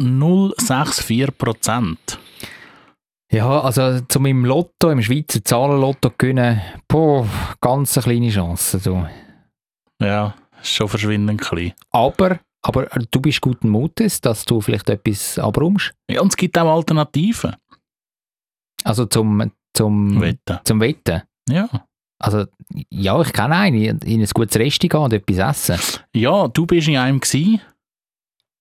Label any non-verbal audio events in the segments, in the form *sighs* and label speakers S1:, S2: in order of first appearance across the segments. S1: 0,000064 Prozent.
S2: Ja, also zu meinem Lotto, im Schweizer Zahlenlotto gewinnen, boah, ganz eine kleine Chance. Du.
S1: Ja, ist schon verschwindend klein.
S2: Aber, aber du bist guten Mutes, dass du vielleicht etwas abrumst.
S1: Ja, und es gibt auch Alternativen.
S2: Also zum, zum,
S1: Wetten.
S2: zum Wetten.
S1: Ja.
S2: Also, ja, ich kenne einen, in ein gutes Resti gehen und etwas essen.
S1: ja, du bist in einem gsi.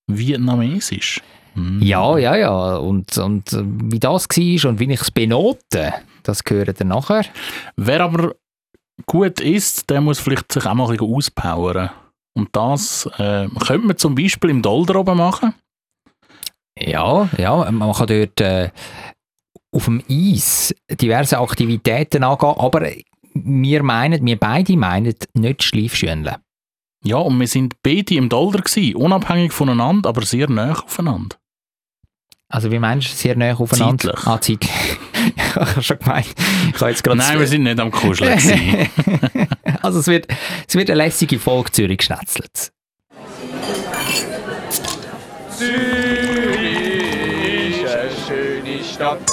S1: Vietnamesisch. Hm.
S2: Ja, ja, ja. Und, und äh, wie das war und wie ich es benote, das gehört dann nachher.
S1: Wer aber gut isst, der muss vielleicht sich auch mal ein bisschen auspowern. Und das äh, könnte man zum Beispiel im Dolder oben machen.
S2: Ja, ja, man kann dort äh, auf dem Eis diverse Aktivitäten angehen, aber wir meinen, wir beide meinen nicht Schleifschönle.
S1: Ja, und wir sind beide im Dolder gsi, unabhängig voneinander, aber sehr nah aufeinander.
S2: Also wie meinst du, sehr nah aufeinander?
S1: Zeitlich.
S2: Ah, zeitlich. *laughs* ich habe schon gemeint, ich habe jetzt gerade...
S1: Nein, wir sind nicht am Kuscheln *laughs* gsi.
S2: *laughs* also es wird, es wird eine lässige Folge Zürich geschnetzelt.
S3: Zürich ist eine schöne Stadt.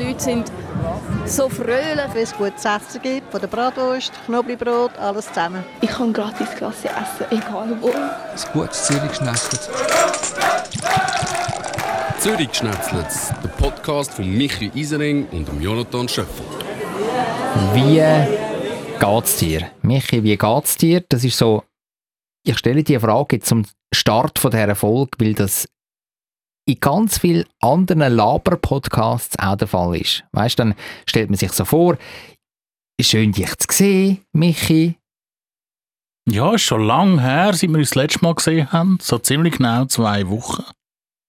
S4: Die Leute sind so fröhlich.
S5: Wenn es gutes Essen gibt, von der Bratwurst, Knoblauchbrot, alles zusammen.
S6: Ich kann gratis Klasse essen, egal wo.
S7: Ein gutes Zürich geschnetzelt. Zürich geschnetzelt. Der Podcast von Michi Isering und dem Jonathan Schöffel.
S2: Wie geht's dir? Michi, wie geht's dir? Das ist so, ich stelle die Frage jetzt zum Start von dieser Folge, weil das in ganz vielen anderen Laber-Podcasts auch der Fall ist. Weißt dann stellt man sich so vor, schön dich zu sehen, Michi.
S1: Ja, ist schon lang her, seit wir uns das letzte Mal gesehen haben. So ziemlich genau zwei Wochen.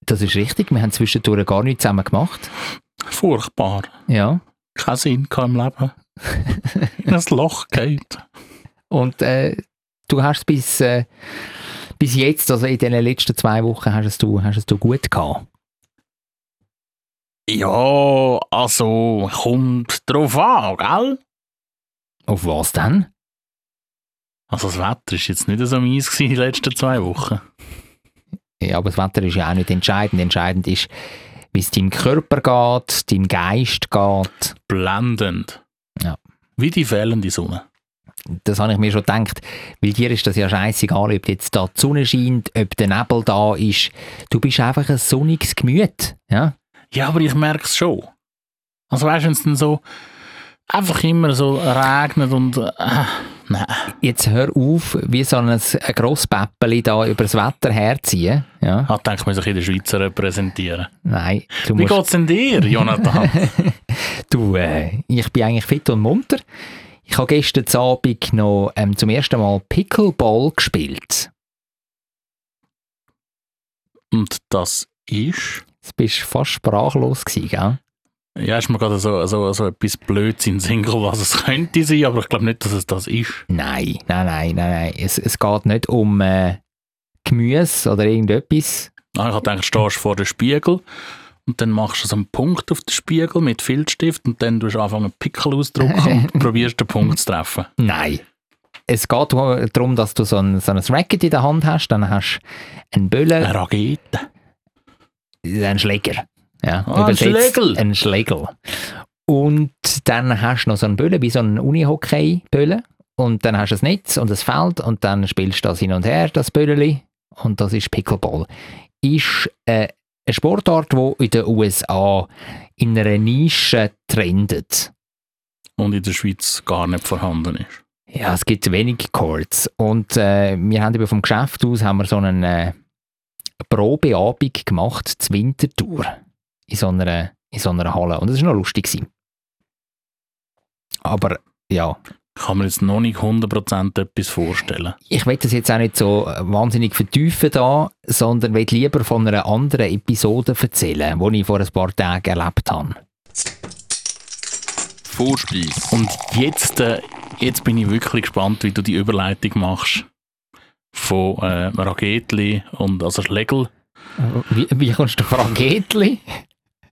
S2: Das ist richtig, wir haben zwischendurch gar nichts zusammen gemacht.
S1: Furchtbar.
S2: Ja.
S1: Kein Sinn gehabt im Leben. In ein Loch geht.
S2: Und äh, du hast bis, äh, bis jetzt, also in den letzten zwei Wochen, hast es du, hast es du gut gehabt.
S1: Ja, also, kommt drauf an, gell?
S2: Auf was denn?
S1: Also, das Wetter ist jetzt nicht so mies gewesen in den letzten zwei Wochen.
S2: Ja, aber das Wetter ist ja auch nicht entscheidend. Entscheidend ist, wie es deinem Körper geht, deinem Geist geht.
S1: Blendend.
S2: Ja.
S1: Wie die fehlende Sonne.
S2: Das habe ich mir schon gedacht. Weil dir ist das ja scheißegal, ob jetzt da die Sonne scheint, ob der Nebel da ist. Du bist einfach ein sonniges Gemüt. Ja?
S1: Ja, aber ich merke es schon. Also, weißt du, wenn es dann so einfach immer so regnet und. Äh, nein.
S2: Jetzt hör auf, wie so ein, ein Grosspäppeli da über das Wetter herziehen. Ja?
S1: Ich Ah, denke, wir sich in der Schweiz repräsentieren.
S2: Nein, du
S1: Wie
S2: musst...
S1: geht's denn dir, Jonathan?
S2: Du, äh, ich bin eigentlich fit und munter. Ich habe gestern Abend noch ähm, zum ersten Mal Pickleball gespielt.
S1: *laughs* und das ist.
S2: Jetzt bist du fast sprachlos gewesen, gell?
S1: Ja, ist mir gerade so, so, so etwas Blödsinn Single, was es *laughs* könnte sein, aber ich glaube nicht, dass es das ist.
S2: Nein, nein, nein, nein, nein. Es, es geht nicht um äh, Gemüse oder irgendetwas.
S1: Ah, Ich habe gedacht, du stehst vor dem Spiegel und dann machst du so einen Punkt auf den Spiegel mit Filzstift und dann tust du anfangen, Pickel *laughs* ausdrucken und probierst den Punkt zu treffen.
S2: Nein. Es geht nur darum, dass du so ein, so ein Racket in der Hand hast, dann hast du einen Böllen,
S1: Eine Rakete.
S2: einen Schläger. Ja,
S1: Ah, ein
S2: übersetzt,
S1: Schlägel.
S2: Einen Schlägel. Und dann hast du noch so einen Böllen, wie so einen Unihockey-Böllen. Und dann hast du ein Netz und ein Feld und dann spielst du das hin und her, das Bölleli. Und das ist Pickleball. Ist äh, eine Sportart, die in den USA in einer Nische trendet.
S1: Und in der Schweiz gar nicht vorhanden ist.
S2: Ja, es gibt wenig Courts. Und äh, wir haben eben vom Geschäft aus haben wir so einen äh, Probeabend gemacht, zur Wintertour. In so, einer, in so einer Halle. Und das war noch lustig. Gewesen. Aber ja,
S1: Ich kann mir jetzt noch nicht 100% etwas vorstellen.
S2: ich will das jetzt auch nicht so äh, wahnsinnig vertiefen da, sondern will lieber von einer anderen Episode erzählen, die ich vor ein paar Tagen erlebt habe.
S7: Vorspeis.
S1: Und jetzt, äh, jetzt bin ich wirklich gespannt, wie du die Überleitung machst. Von äh, Raketli und also Schlägel.
S2: Wie, wie kommst du *laughs* auf Ragetli?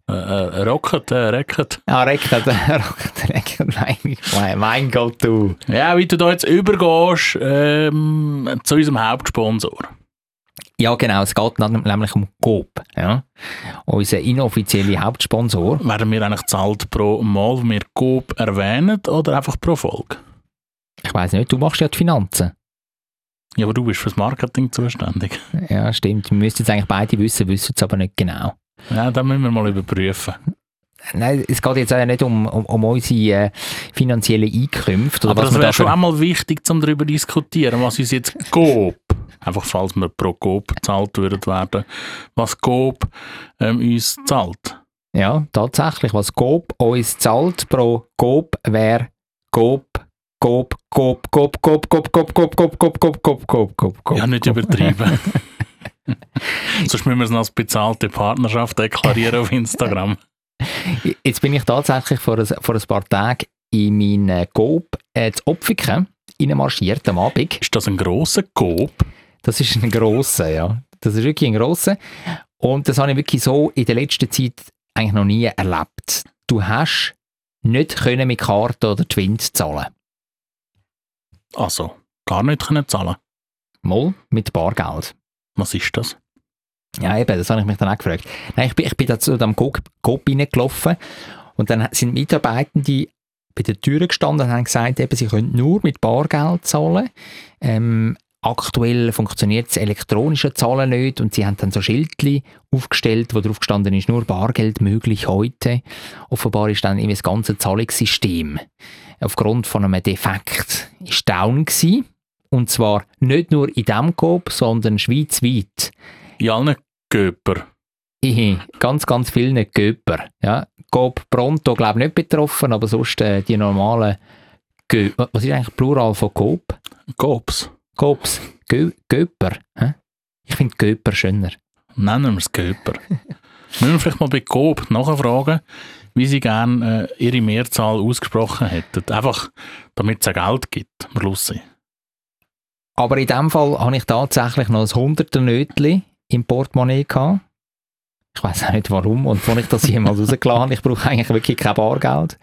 S1: Äh, äh, Rocket, äh, Racket.
S2: Ah, *laughs* Rekord, Rekord, Rekord, nein, mein- mein Gott, du.
S1: Ja, wie du da jetzt übergehst ähm, zu unserem Hauptsponsor.
S2: Ja, genau, es geht nam- nämlich um Coop, ja. unser inoffizieller Hauptsponsor.
S1: Werden wir eigentlich zahlt pro Mal, wo wir Coop erwähnen oder einfach pro Folge?
S2: Ich weiß nicht, du machst ja die Finanzen.
S1: Ja, aber du bist fürs Marketing zuständig.
S2: Ja, stimmt. Wir müssten jetzt eigentlich beide wissen, wissen es aber nicht genau.
S1: Ja, das müssen wir mal überprüfen.
S2: Nein, es geht jetzt auch nicht um, um, um unsere äh, finanziellen Einkünfte. Oder
S1: Aber
S2: was
S1: das
S2: wir
S1: wäre
S2: da
S1: schon
S2: für-
S1: einmal wichtig, um darüber zu diskutieren, was uns jetzt GOP, einfach falls wir pro GOP bezahlt würden werden, was GOP ähm, uns zahlt.
S2: Ja, tatsächlich. Was Coop uns zahlt pro Coop wäre Coop, Coop, Coop, Coop, Coop, Coop, Coop, Coop, Coop, Coop, Coop, Coop, Coop, Coop, Coop.
S1: Ja, nicht übertrieben. *laughs* Sonst müssen wir es noch als bezahlte Partnerschaft deklarieren auf Instagram.
S2: Jetzt bin ich tatsächlich vor ein, vor ein paar Tagen in meinen Coop äh, zu Opfiken reinmarschiert am Abend.
S1: Ist das ein grosser GOP?
S2: Das ist ein grosser, ja. Das ist wirklich ein grosser. Und das habe ich wirklich so in der letzten Zeit eigentlich noch nie erlebt. Du hast nicht können mit Karte oder Twint zahlen.
S1: Also, gar nicht können zahlen.
S2: Mal mit Bargeld.
S1: Was ist das?
S2: Ja, eben, das habe ich mich dann auch gefragt. Nein, ich bin, ich bin da zu dem Coop Coop reingelaufen und dann sind Mitarbeitende bei der Tür gestanden und haben gesagt, eben, sie können nur mit Bargeld zahlen. Ähm, aktuell funktioniert das elektronische Zahlen nicht und sie haben dann so Schildli aufgestellt, wo drauf gestanden ist, nur Bargeld möglich heute. Offenbar ist dann eben das ganze Zahlungssystem aufgrund von einem Defekt ist down gewesen. Und zwar nicht nur in diesem Coop, sondern schweizweit.
S1: In allen Göper.
S2: Ich ganz, ganz vielen Göper. Ja. Gob Pronto, glaube ich, nicht betroffen, aber sonst äh, die normalen Gö Was ist eigentlich Plural von Gob?
S1: GOPs.
S2: Gobs. Gö Göper. hä? Ich finde Göper schöner.
S1: Nennen wir es Göper. Müssen wir vielleicht mal bei GOP nachfragen, wie sie gerne äh, ihre Mehrzahl ausgesprochen hätten. Einfach, damit es auch Geld gibt am Schluss.
S2: Aber in dem Fall habe ich tatsächlich noch ein hunderter Nötli im Portemonnaie gehabt. Ich weiß auch nicht warum und wann ich
S1: *laughs*
S2: das jemals rausgelassen habe. Ich brauche eigentlich wirklich kein Bargeld.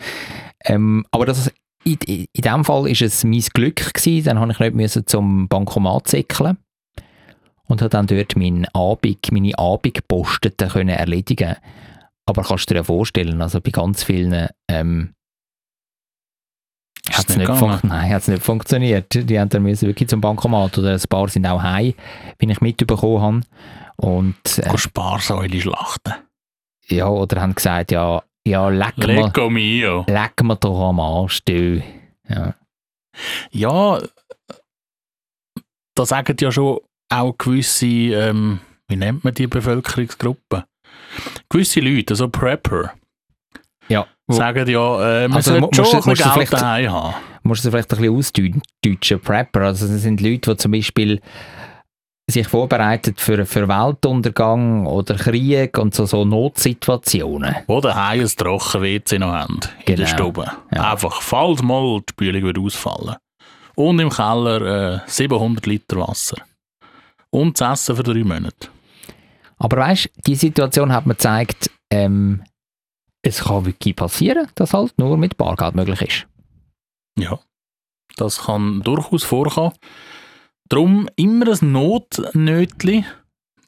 S2: Ähm, aber das, in, in, in dem Fall war es mein Glück. Gewesen. Dann habe ich nicht müssen zum Bankomat säckeln und habe dann dort meinen Abend, meine Abendposteten können erledigen Aber kannst du dir ja vorstellen, also bei ganz vielen ähm,
S1: Ist
S2: hat
S1: es
S2: es nicht,
S1: gegangen?
S2: fun Nein, hat's nicht funktioniert. Die haben dann müssen wirklich zum Bankomat oder ein paar sind auch heim, wie ich mitbekommen habe. Und äh,
S1: Geh Sparsäule schlachten.
S2: ja, oder haben gesagt, ja, ja, leck mal,
S1: Lego mio.
S2: leck mal doch am Arsch, du. Ja.
S1: Ja, da sagen ja schon auch gewisse, ähm, wie nennt man die Bevölkerungsgruppe? Gewisse Leute, also Prepper,
S2: ja. Wo,
S1: sagen ja, äh, man
S2: Also mu-
S1: sollte schon
S2: musst du-
S1: ein bisschen
S2: musst du
S1: Geld
S2: vielleicht-
S1: daheim haben.
S2: musst du vielleicht ein bisschen ausdeutschen, Prepper. Also das sind Leute, die zum Beispiel sich vorbereiten für, für Weltuntergang oder Krieg und so, so Notsituationen.
S1: Wo daheim ein trocken WC noch haben, in der
S2: Genau.
S1: Stube.
S2: Ja.
S1: Einfach, falls mal die Spülung würde ausfallen. Und im Keller äh, 700 Liter Wasser. Und das Essen für drei Monate.
S2: Aber weißt die Situation hat mir gezeigt, ähm, es kann wirklich passieren, dass halt nur mit Bargeld möglich ist.
S1: Ja, das kann durchaus vorkommen. Darum immer ein Notnötli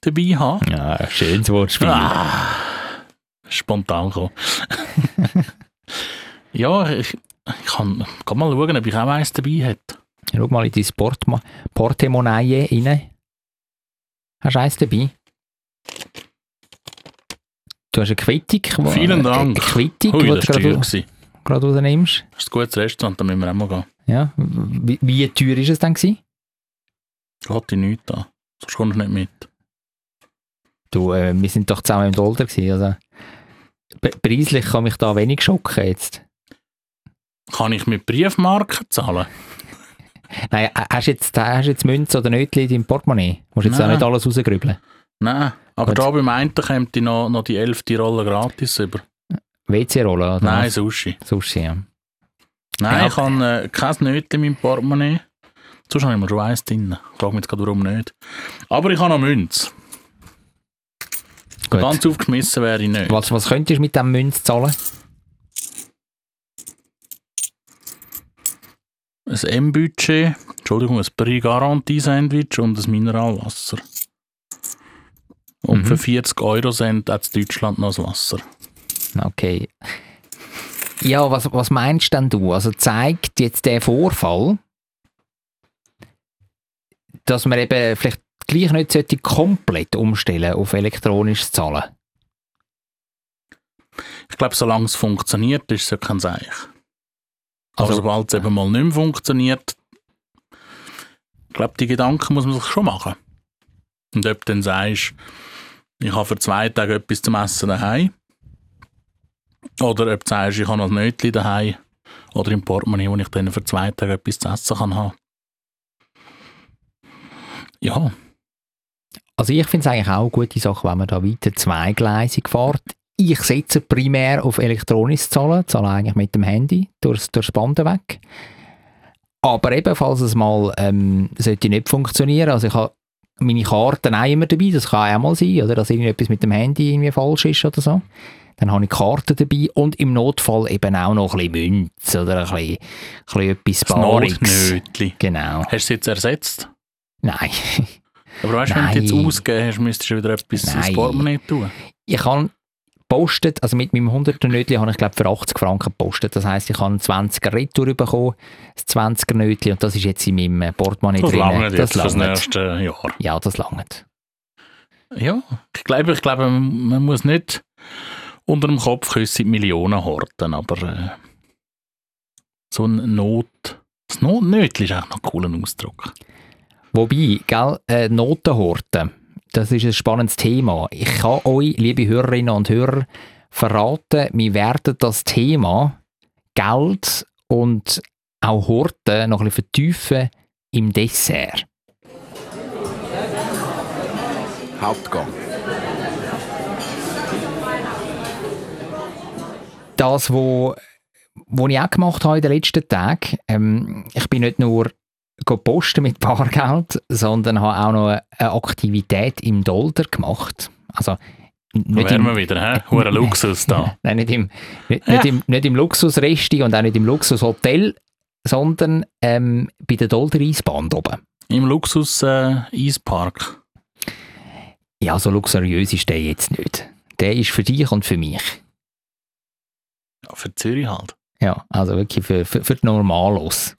S1: dabei haben.
S2: Ja, schönes Wortspiel.
S1: Ah, spontan
S2: *laughs*
S1: gekommen. ja, ich, ich kann, kann mal schauen, ob ich auch eins dabei hätte.
S2: Schau mal in dein Portma- Portemonnaie rein. Hast du eins dabei? Du hast eine Quittung. wo- äh,
S1: Vielen Dank.
S2: Eine Quittung,
S1: Ui,
S2: die
S1: das
S2: du
S1: war teuer.
S2: gerade,
S1: gewesen.
S2: gerade rausnimmst.
S1: Das ist ein gutes Restaurant, da müssen wir auch mal gehen.
S2: Ja. Wie, wie teuer war es denn? Gewesen?
S1: Lass dich nichts an. Sonst kommst du nicht mit.
S2: Du, äh, wir sind doch zusammen im Dolder. Gewesen, also. P- Preislich kann mich da wenig schocken jetzt.
S1: Kann ich mit Briefmarken zahlen?
S2: Nein, ha- hast du jetzt, hast du jetzt Münze oder Nötli in deinem Portemonnaie? Musst jetzt auch
S1: Nein.
S2: nicht alles rausgrübeln.
S1: Nein. Aber
S2: Gut.
S1: da beim einen kommt die noch, noch die elfte Rolle gratis über.
S2: WC-Rolle oder
S1: Nein,
S2: was?
S1: Sushi.
S2: Sushi, ja.
S1: Nein,
S2: Ja.
S1: ich habe äh, kein Nötchen in meinem Portemonnaie. Sonst habe ich mir schon eins drin. Ich frage mich jetzt gerade, warum nicht. Aber ich habe noch Münze.
S2: Gut.
S1: Ganz aufgeschmissen wäre ich nicht.
S2: was, was könntest du mit diesem Münz zahlen?
S1: Ein M-Budget, Entschuldigung, ein Prix-Garantie-Sandwich und ein Mineralwasser. Und
S2: Mhm.
S1: für 40 Euro Cent hat Deutschland noch das Wasser.
S2: Hm, Okay. Ja, was, was meinst denn du? Also zeigt jetzt der Vorfall, dass man eben vielleicht gleich nicht sollte komplett umstellen auf elektronisches Zahlen?
S1: Ich glaube, solange es funktioniert, ist es ja kein Seich. Aber
S2: Also-
S1: sobald es eben mal nicht mehr funktioniert, ich glaube, die Gedanken muss man sich schon machen. Und ob du dann sagst, ich habe für zwei Tage etwas zum Essen daheim. Oder ob du sagst, ich habe noch ein Nötchen daheim. Oder im Portemonnaie, wo ich dann für zwei Tage etwas zu essen kann haben. Ja,
S2: Also ich finde es eigentlich auch eine gute Sache, wenn man da weiter zweigleisig fährt. Ich setze primär auf elektronisches Zahlen, zahle eigentlich mit dem Handy durchs, durchs Band weg. Aber eben, falls es mal ähm, sollte nicht funktionieren, also ich habe meine Karten auch immer dabei, das kann auch mal sein, oder dass irgendetwas mit dem Handy irgendwie falsch ist oder so. Dann habe ich Karten dabei und im Notfall eben auch noch ein bisschen Münze oder ein bisschen, ein bisschen etwas
S1: das
S2: Bariges.
S1: Notnötchen.
S2: Genau.
S1: Hast du es jetzt ersetzt?
S2: Nein.
S1: Aber weißt du, wenn du jetzt
S2: Nein.
S1: ausgegeben hast, müsstest du wieder etwas ins
S2: Nein.
S1: Portemonnaie tun.
S2: ich habe postet, also mit meinem 100er Nötli habe ich glaube für 80 Franken gepostet. Das heisst, ich habe einen 20er Retour bekommen, das 20er Nötli und das ist jetzt in meinem äh, Portemonnaie
S1: Das
S2: drin.
S1: lange jetzt fürs
S2: langt.
S1: nächste Jahr.
S2: Ja, das langt.
S1: Ja, ich glaube, ich glaube, man muss nicht unter dem Kopfkissen die Millionen horten, aber äh, so ein Not, das Notnötli ist eigentlich noch ein cooler Ausdruck.
S2: Wobei, gell, äh, Notenhorten, das ist ein spannendes Thema. Ich kann euch, liebe Hörerinnen und Hörer, verraten, wir werden das Thema Geld und auch Horten noch ein bisschen vertiefen im Dessert.
S7: Hauptgang.
S2: das, wo, wo ich auch gemacht habe in den letzten Tagen, ähm, ich bin nicht nur go posten mit *laughs* Bargeld, sondern habe auch noch eine Aktivität im Dolder gemacht. Also
S1: Da
S2: nicht
S1: wären wir
S2: im,
S1: wieder, hä? Hoher Luxus da.
S2: *laughs* nein, nicht im, nicht, nicht im, nicht im Luxusresti und auch nicht im Luxushotel, sondern ähm, bei der Dolder Eisbahn oben.
S1: *laughs* Im Luxus äh, Eispark.
S2: Ja, so luxuriös ist der jetzt nicht. Der ist für dich und für mich.
S1: Ja, für Zürich halt.
S2: Ja, also wirklich für, für, für die Normalos.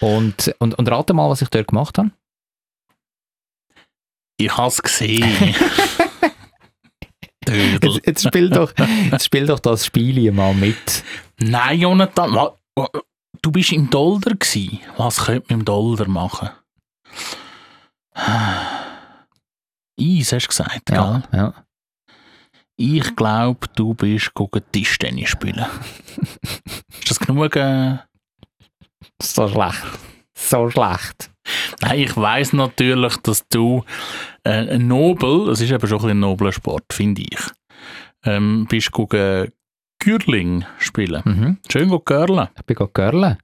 S2: Und, und, und rate mal, was ich dort gemacht habe.
S1: Ich habe es
S2: *laughs*
S1: gesehen. Dödel.
S2: Jetzt, jetzt, spiel doch, jetzt spiel doch das Spiel hier mal mit.
S1: Nein, Jonathan, wa- wa- du bist im Dolder gsi. Was könnte man im Dolder machen? *sighs* Eis, hast du gesagt, gell?
S2: ja.
S1: Ich glaube, du bist gegen Tischtennis spielen. Ist das genug? Äh?
S2: So schlecht. So schlecht.
S1: Nein, ich weiß natürlich, dass du äh, Nobel, das ist eben schon ein, bisschen ein nobler Sport, finde ich, ähm, bist gegen Gürling spielen.
S2: Mhm.
S1: Schön gegen Görlen.
S2: Ich bin gerade Görle.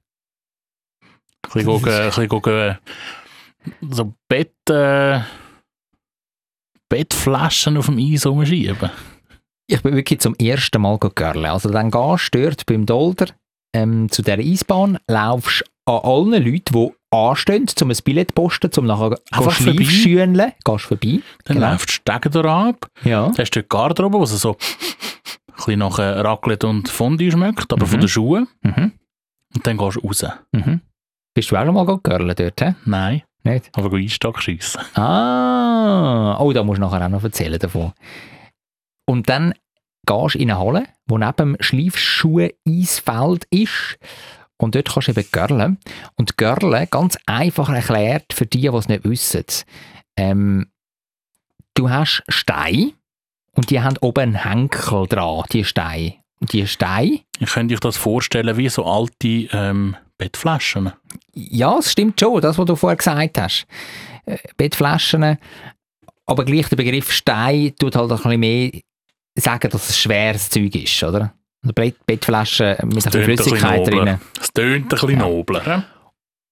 S1: Ein bisschen gucken, ein bisschen gucken, so Bett, äh, Bettflaschen auf dem Eis rumschieben.
S2: Ich bin wirklich zum ersten Mal gerade Görle. Also dann gehst du dort beim Dolder ähm, zu der Eisbahn, laufst an allen Leuten, die anstehen, um ein Billett zu posten, um nachher
S1: Einfach
S2: gehst schleifschühneln, gehst vorbei.
S1: Dann
S2: Genau.
S1: läufst du Stegen da ab,
S2: Ja.
S1: dann hast du die Garderobe, wo es so *laughs* ein bisschen nach äh, Raclette und Fondue schmeckt, aber von
S2: Mhm.
S1: den Schuhen.
S2: Mhm.
S1: Und dann gehst du raus.
S2: Mhm. Bist du auch schon mal gerade Görle dort, hä?
S1: Nein,
S2: Nicht?
S1: aber Einstock schiessen.
S2: Ah, oh, da musst du nachher auch noch erzählen davon. Und dann gehst du in eine Halle, wo neben dem Schleifschuhe-Eisfeld ist. Und dort kannst du eben görlen. Und görlen, ganz einfach erklärt, für die, die es nicht wissen. Ähm, du hast Steine und die haben oben einen Henkel dran, die Steine. Und die Steine,
S1: Ich könnte euch das vorstellen wie so alte ähm, Bettflaschen.
S2: ja, es stimmt schon, das, was du vorher gesagt hast. Äh, Bettflaschen, aber gleich der Begriff Stein tut halt ein bisschen mehr sagen, dass es schweres Zeug ist, oder? Also Bett, Bettflaschen mit ein bisschen Also Flüssigkeit drin.
S1: nobler. Es tönt ein bisschen
S2: Ja.
S1: nobler. hä?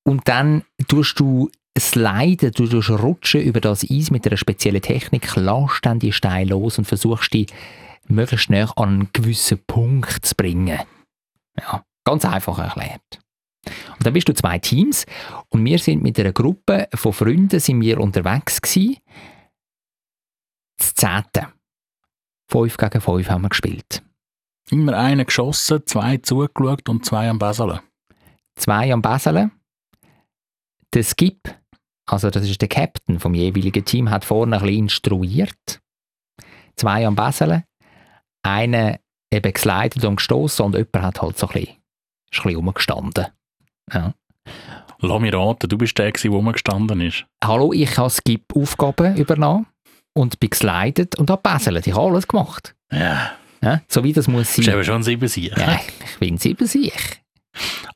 S2: Und dann tust du sliden, du tust rutschen über das Eis mit einer speziellen Technik, lässt dann die Steine los und versuchst die möglichst schnell an einen gewissen Punkt zu bringen. Ja, ganz einfach erklärt. Und dann bist du zwei Teams und wir sind mit einer Gruppe von Freunden sind wir unterwegs gewesen. Zehnten. 5 gegen 5 haben wir gespielt.
S1: Immer einen geschossen, zwei zugeschaut und zwei am Beseln.
S2: Zwei am Beseln. Der Skip, also das ist der Captain vom jeweiligen Team, hat vorne ein bisschen instruiert. Zwei am Beseln. Einer eben geslidet und gestoßen und jemand hat halt so ein bisschen, ist ein bisschen rumgestanden. Ja.
S1: Lass mich raten, du bist der, gewesen, der rumgestanden ist.
S2: Hallo, ich habe Skip-Aufgaben übernommen und bin geslidet und habe beselt. Ich habe alles gemacht.
S1: Ja.
S2: Ja, so wie das muss
S1: Ist
S2: sein.
S1: eben schon sieben Sieg.
S2: Ja, ich bin sieben sich.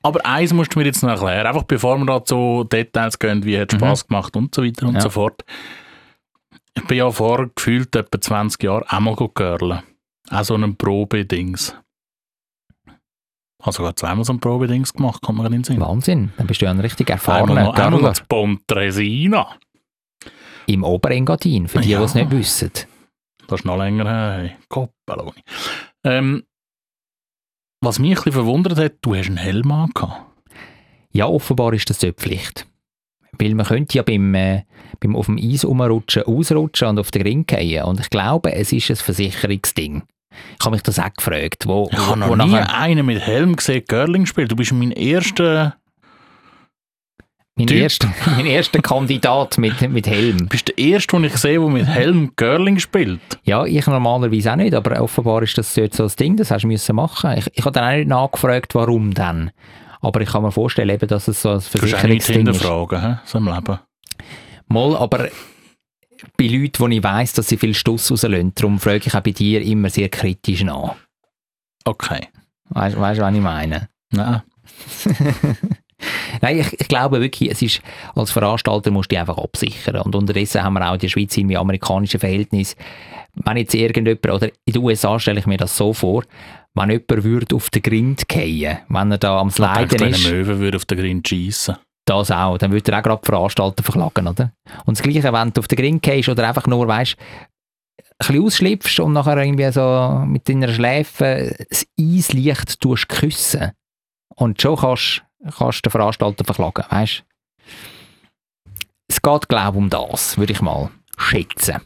S1: Aber eins musst du mir jetzt noch erklären, einfach bevor wir da zu Details gehen, wie hat
S2: Mhm.
S1: Spass gemacht und so weiter und
S2: Ja.
S1: so fort. Ich bin ja vor gefühlt etwa 20 Jahren auch mal gegirlen. Auch so ein Probe-Dings. Also gerade zweimal so ein Probe-Dings gemacht, kann man gar nicht sehen.
S2: Wahnsinn, dann bist du ja ein richtig
S1: Einmal
S2: erfahrener
S1: noch, einmal noch
S2: Girl
S1: zu Pontresina.
S2: im Oberengadin, für die,
S1: Ja.
S2: die es nicht wissen.
S1: Das ist noch länger her. Hey. Koppeloni. Ähm, was mich ein bisschen verwundert hat, du hast einen Helm angehabt.
S2: Ja, offenbar ist das dort Pflicht. Weil man könnte ja beim, äh, beim auf dem Eis rumrutschen, ausrutschen und auf den Ring fallen. Und ich glaube, es ist ein Versicherungsding. Ich habe mich das auch gefragt. Wo,
S1: Ich habe
S2: wo
S1: noch nie einen mit Helm gesehen, Girling spielt. Du bist mein erster...
S2: mein,
S1: Typ.
S2: erster, *laughs* mein erster Kandidat mit, mit Helm.
S1: Du bist der Erste, den ich sehe, der mit Helm Girling spielt.
S2: Ja, ich normalerweise auch nicht, aber offenbar ist das dort so das Ding, das hast du müssen machen. Ich, ich habe dann auch nicht nachgefragt, warum denn. Aber ich kann mir vorstellen, eben, dass es so ein
S1: Du kannst auch nicht
S2: Versicherungsding ist.
S1: hinterfragen, hä? so im Leben.
S2: Mal, aber bei Leuten, wo ich weiss, dass sie viel Stuss rauslösen, darum frage ich auch bei dir immer sehr kritisch nach.
S1: Okay.
S2: Weißt du, was ich meine?
S1: Nein.
S2: Nein, ich, ich glaube wirklich, es ist, als Veranstalter musst du dich einfach absichern. Und unterdessen haben wir auch in der Schweiz irgendwie amerikanische Verhältnis. Wenn jetzt irgendjemand, oder in den USA stelle ich mir das so vor, wenn jemand würde auf den Grind fallen, wenn er da am
S1: Ich
S2: Sliden
S1: denke,
S2: ist.
S1: ein Möwe würde auf den Grind schiessen.
S2: Das auch. Dann würde er auch gerade die Veranstalter verklagen, oder? Und das Gleiche, wenn du auf den Grind gehst oder einfach nur, weißt ein bisschen ausschlüpfst und nachher irgendwie so mit deiner Schläfe das Eislicht tust küssen. Und schon kannst kannst den Veranstalter verklagen, weißt Es geht, glaube ich, um das, würde ich mal *laughs* schätzen.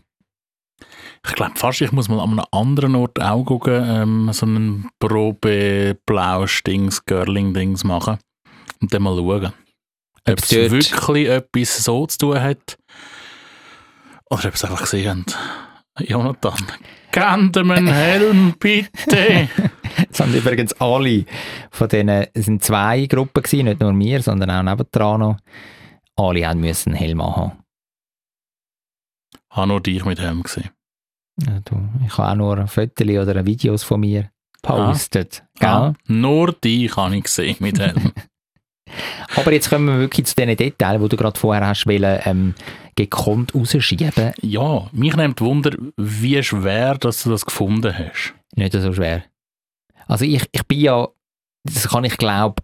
S1: Ich glaube fast, ich muss mal an einem anderen Ort auch gucken, ähm, so einen Probe-Blausch-Dings, Girling-Dings machen. Und dann mal schauen, ob es
S2: dort-
S1: wirklich etwas so zu tun hat. Oder ob es einfach gesehen haben. Jonathan, gebt ihm einen Helm, bitte!
S2: Es haben übrigens alle von denen, es sind zwei Gruppen gewesen, nicht nur mir, sondern auch nebendran noch. Alle haben müssen einen Helm haben.
S1: Habe nur dich mit Helm gesehen.
S2: Ja, du, ich habe auch nur Fotos oder Videos von mir postet.
S1: Ah,
S2: Gell?
S1: nur dich habe ich gesehen mit Helm.
S2: Aber jetzt kommen wir wirklich zu diesen Details, die du gerade vorher hast wollen, ähm, gekonnt rausschieben.
S1: ja, mich nimmt Wunder, wie schwer dass du das gefunden hast.
S2: Nicht so schwer. Also ich, ich bin ja, das kann ich glaube,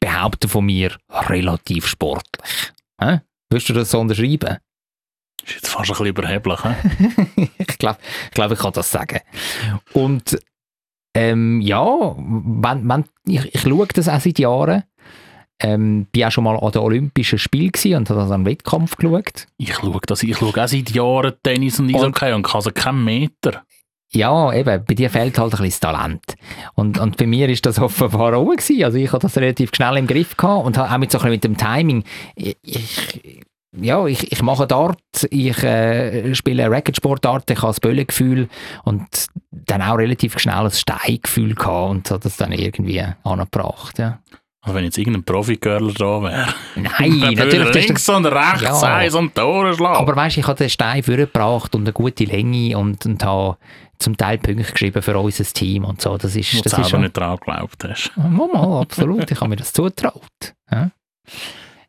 S2: behaupten von mir, relativ sportlich. Hä? Würdest du das so unterschreiben?
S1: Ist jetzt fast ein bisschen überheblich, hä?
S2: *laughs* ich glaube, ich, glaub, ich kann das sagen. Und ähm, ja, wenn, wenn, ich, ich schaue das auch seit Jahren. Ähm, bin auch schon mal an den Olympischen Spielen gewesen und habe das an einem Wettkampf geschaut.
S1: Ich schaue das, ich schaue auch seit Jahren Tennis und Eishockey und kann also keinen Meter.
S2: Ja, eben, bei dir fehlt halt ein bisschen das Talent. Und, und bei mir ist das offenbar oben gewesen. Also ich habe das relativ schnell im Griff gehabt und habe auch mit so ein bisschen mit dem Timing. Ich, ich, ja, ich, ich mache Dart, ich äh, spiele eine Racketsportart, ich habe das Böllengefühl und dann auch relativ schnell ein Steingefühl gehabt und habe das dann irgendwie angebracht. Ja.
S1: Also wenn jetzt irgendein Profi-Girl da wäre.
S2: Nein,
S1: *laughs* Dann würde
S2: natürlich.
S1: er
S2: das ist-
S1: Links und rechts,
S2: Ja.
S1: eins und Tore schlagen.
S2: Aber weißt du, ich habe den Stein vorgebracht und eine gute Länge und, und habe zum Teil Punkte geschrieben für unser Team und so. Das ist,
S1: Wo du
S2: das ist
S1: selber
S2: schon,
S1: nicht dran geglaubt hast.
S2: Mal, mal, absolut. Ich habe mir das zutraut. Ja.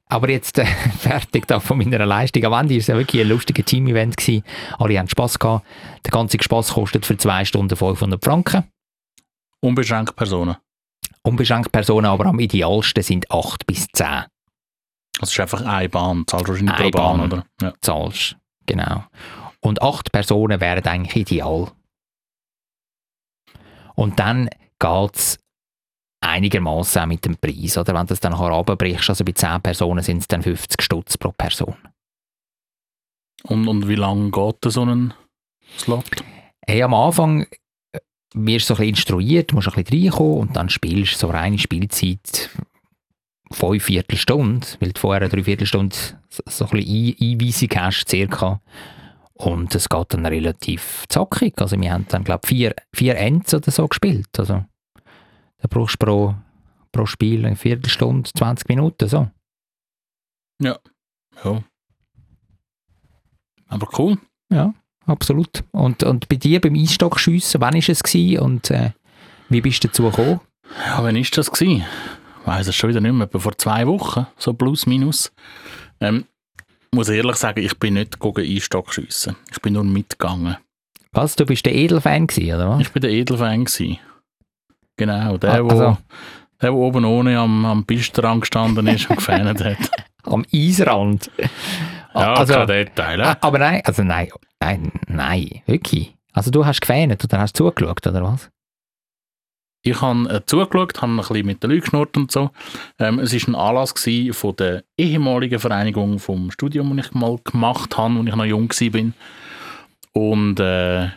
S2: Aber jetzt äh, *laughs* fertig da von meiner Leistung. Am Ende war es ja wirklich ein lustiger Team-Event. gewesen. Alle haben Spass gehabt. Der ganze Spass kostet für zwei Stunden 500 Franken.
S1: Unbeschränkt Personen.
S2: Unbeschränkt Personen, aber am idealsten sind 8 bis 10
S1: Das ist einfach eine Bahn, zahlst wahrscheinlich pro
S2: Eine
S1: Bahn,
S2: Bahn.
S1: oder? Ja.
S2: zahlst. Genau. Und 8 Personen wären eigentlich ideal. Und dann geht es einigermaßen auch mit dem Preis. Oder wenn du das dann herabbrichst, also bei 10 Personen sind es dann 50 Stutz pro Person.
S1: Und, und wie lange geht so ein Slot?
S2: Hey, am Anfang äh, wirst du so ein bisschen instruiert, musst ein bisschen reinkommen und dann spielst du so reine Spielzeit fünf Viertelstunde, weil du vorher eine Dreiviertelstunde so- so ein bisschen Ein- Einweisung hast, circa. Und es geht dann relativ zackig. Also wir haben dann, glaube ich, vier, vier Ends oder so gespielt. Also da brauchst du pro, pro Spiel eine Viertelstunde, 20 Minuten, so.
S1: Ja. Aber cool.
S2: Absolut. Und, und bei dir beim Einstockschiessen, wann war es gewesen und äh, wie bist du dazu gekommen?
S1: Ja, wann ist das gewesen? Ich weiss es schon wieder nicht mehr, etwa vor zwei Wochen, so plus minus. Ähm, muss ehrlich sagen, ich bin nicht gegen Einstock schiessen. Ich bin nur mitgegangen.
S2: Was, du bist der Edelfan gewesen, oder was?
S1: Ich bin der Edelfan. Gewesen. Genau, der,
S2: Ah, also.
S1: wo, der, wo oben ohne am, am Pistrand gestanden ist und gefeiert
S2: *laughs*
S1: hat.
S2: *laughs* Am Eisrand.
S1: Ja,
S2: also,
S1: kein Detail.
S2: Ah,
S1: Ja.
S2: aber nein, also nein, nein, nein, wirklich. Also du hast gefähnet oder hast zugeschaut, oder was?
S1: Ich habe äh, zugeschaut, habe ein bisschen mit den Leuten geschnurrt und so. Ähm, es war ein Anlass gewesen von der ehemaligen Vereinigung vom Studium, das ich mal gemacht habe, als ich noch jung war. Und äh,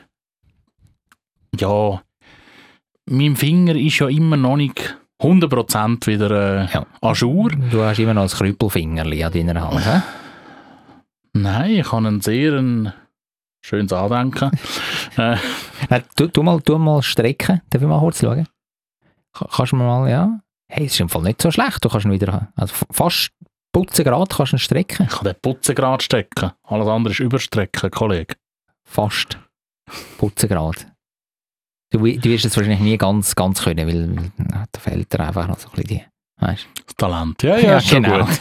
S1: ja, mein Finger ist ja immer noch nicht 100% wieder äh,
S2: Ja.
S1: à jour.
S2: Du hast immer noch ein Krüppelfingerli an deiner Hand, hä?
S1: Nein, ich habe einen sehr ein schönes Andenken. äh,
S2: Nein, tu, tu, mal, tu mal strecken, darf ich mal kurz schauen? Ka- Kannst du mir mal, ja? Hey, es ist im Fall nicht so schlecht, du kannst ihn wieder, also f- fast putzen Grad kannst du ihn strecken.
S1: ich kann den Putzen gerade stecken. Alles andere ist überstrecken, Kollege.
S2: Fast. Putzen gerade. Du, wi- du wirst es wahrscheinlich nie ganz, ganz können, weil weil, na, da fehlt dir einfach noch so ein bisschen die. Weißt?
S1: Das Talent. Ja, ja, ist schon
S2: genau.
S1: gut.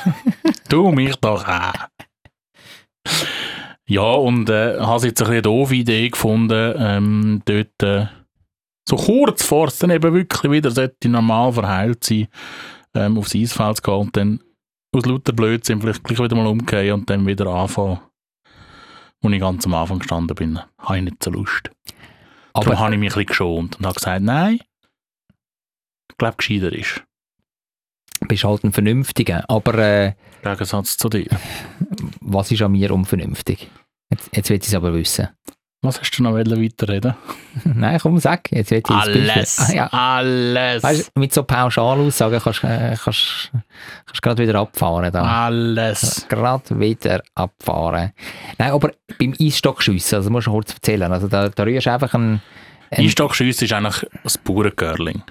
S1: Du mich doch auch. Ja, und äh, habe jetzt ein bisschen eine doofe Idee gefunden, ähm, dort äh, so kurz vor es dann eben wirklich wieder sollte normal verheilt sein, ähm, aufs Eisfeld zu gehen und dann aus lauter Blödsinn vielleicht gleich wieder mal umgehen und dann wieder anfangen, wo ich ganz am Anfang gestanden bin. Habe ich nicht so Lust. Aber Darum
S2: Aber
S1: habe ich mich ein bisschen geschont und habe gesagt, nein, ich glaube, gescheiter ist.
S2: bist halt ein Vernünftiger. Aber äh,
S1: Im Gegensatz zu dir.
S2: was ist an mir unvernünftig? Jetzt, jetzt will ich es aber wissen. *laughs*
S1: Was hast du noch wollen weiterreden?
S2: Nein, komm, sag. Jetzt will ich das Beispiel- Ah, ja.
S1: alles,
S2: Weißt, mit so Pauschalaussagen kannst du äh, kannst, kannst gerade wieder abfahren. Da.
S1: Ah. alles.
S2: Gerade wieder abfahren. Nein, aber beim Eisstockschiessen, also musst du kurz erzählen. Also da, da rührst du einfach ein... ein
S1: Ähm, Einstockschiessen ist eigentlich das Bauerngörling.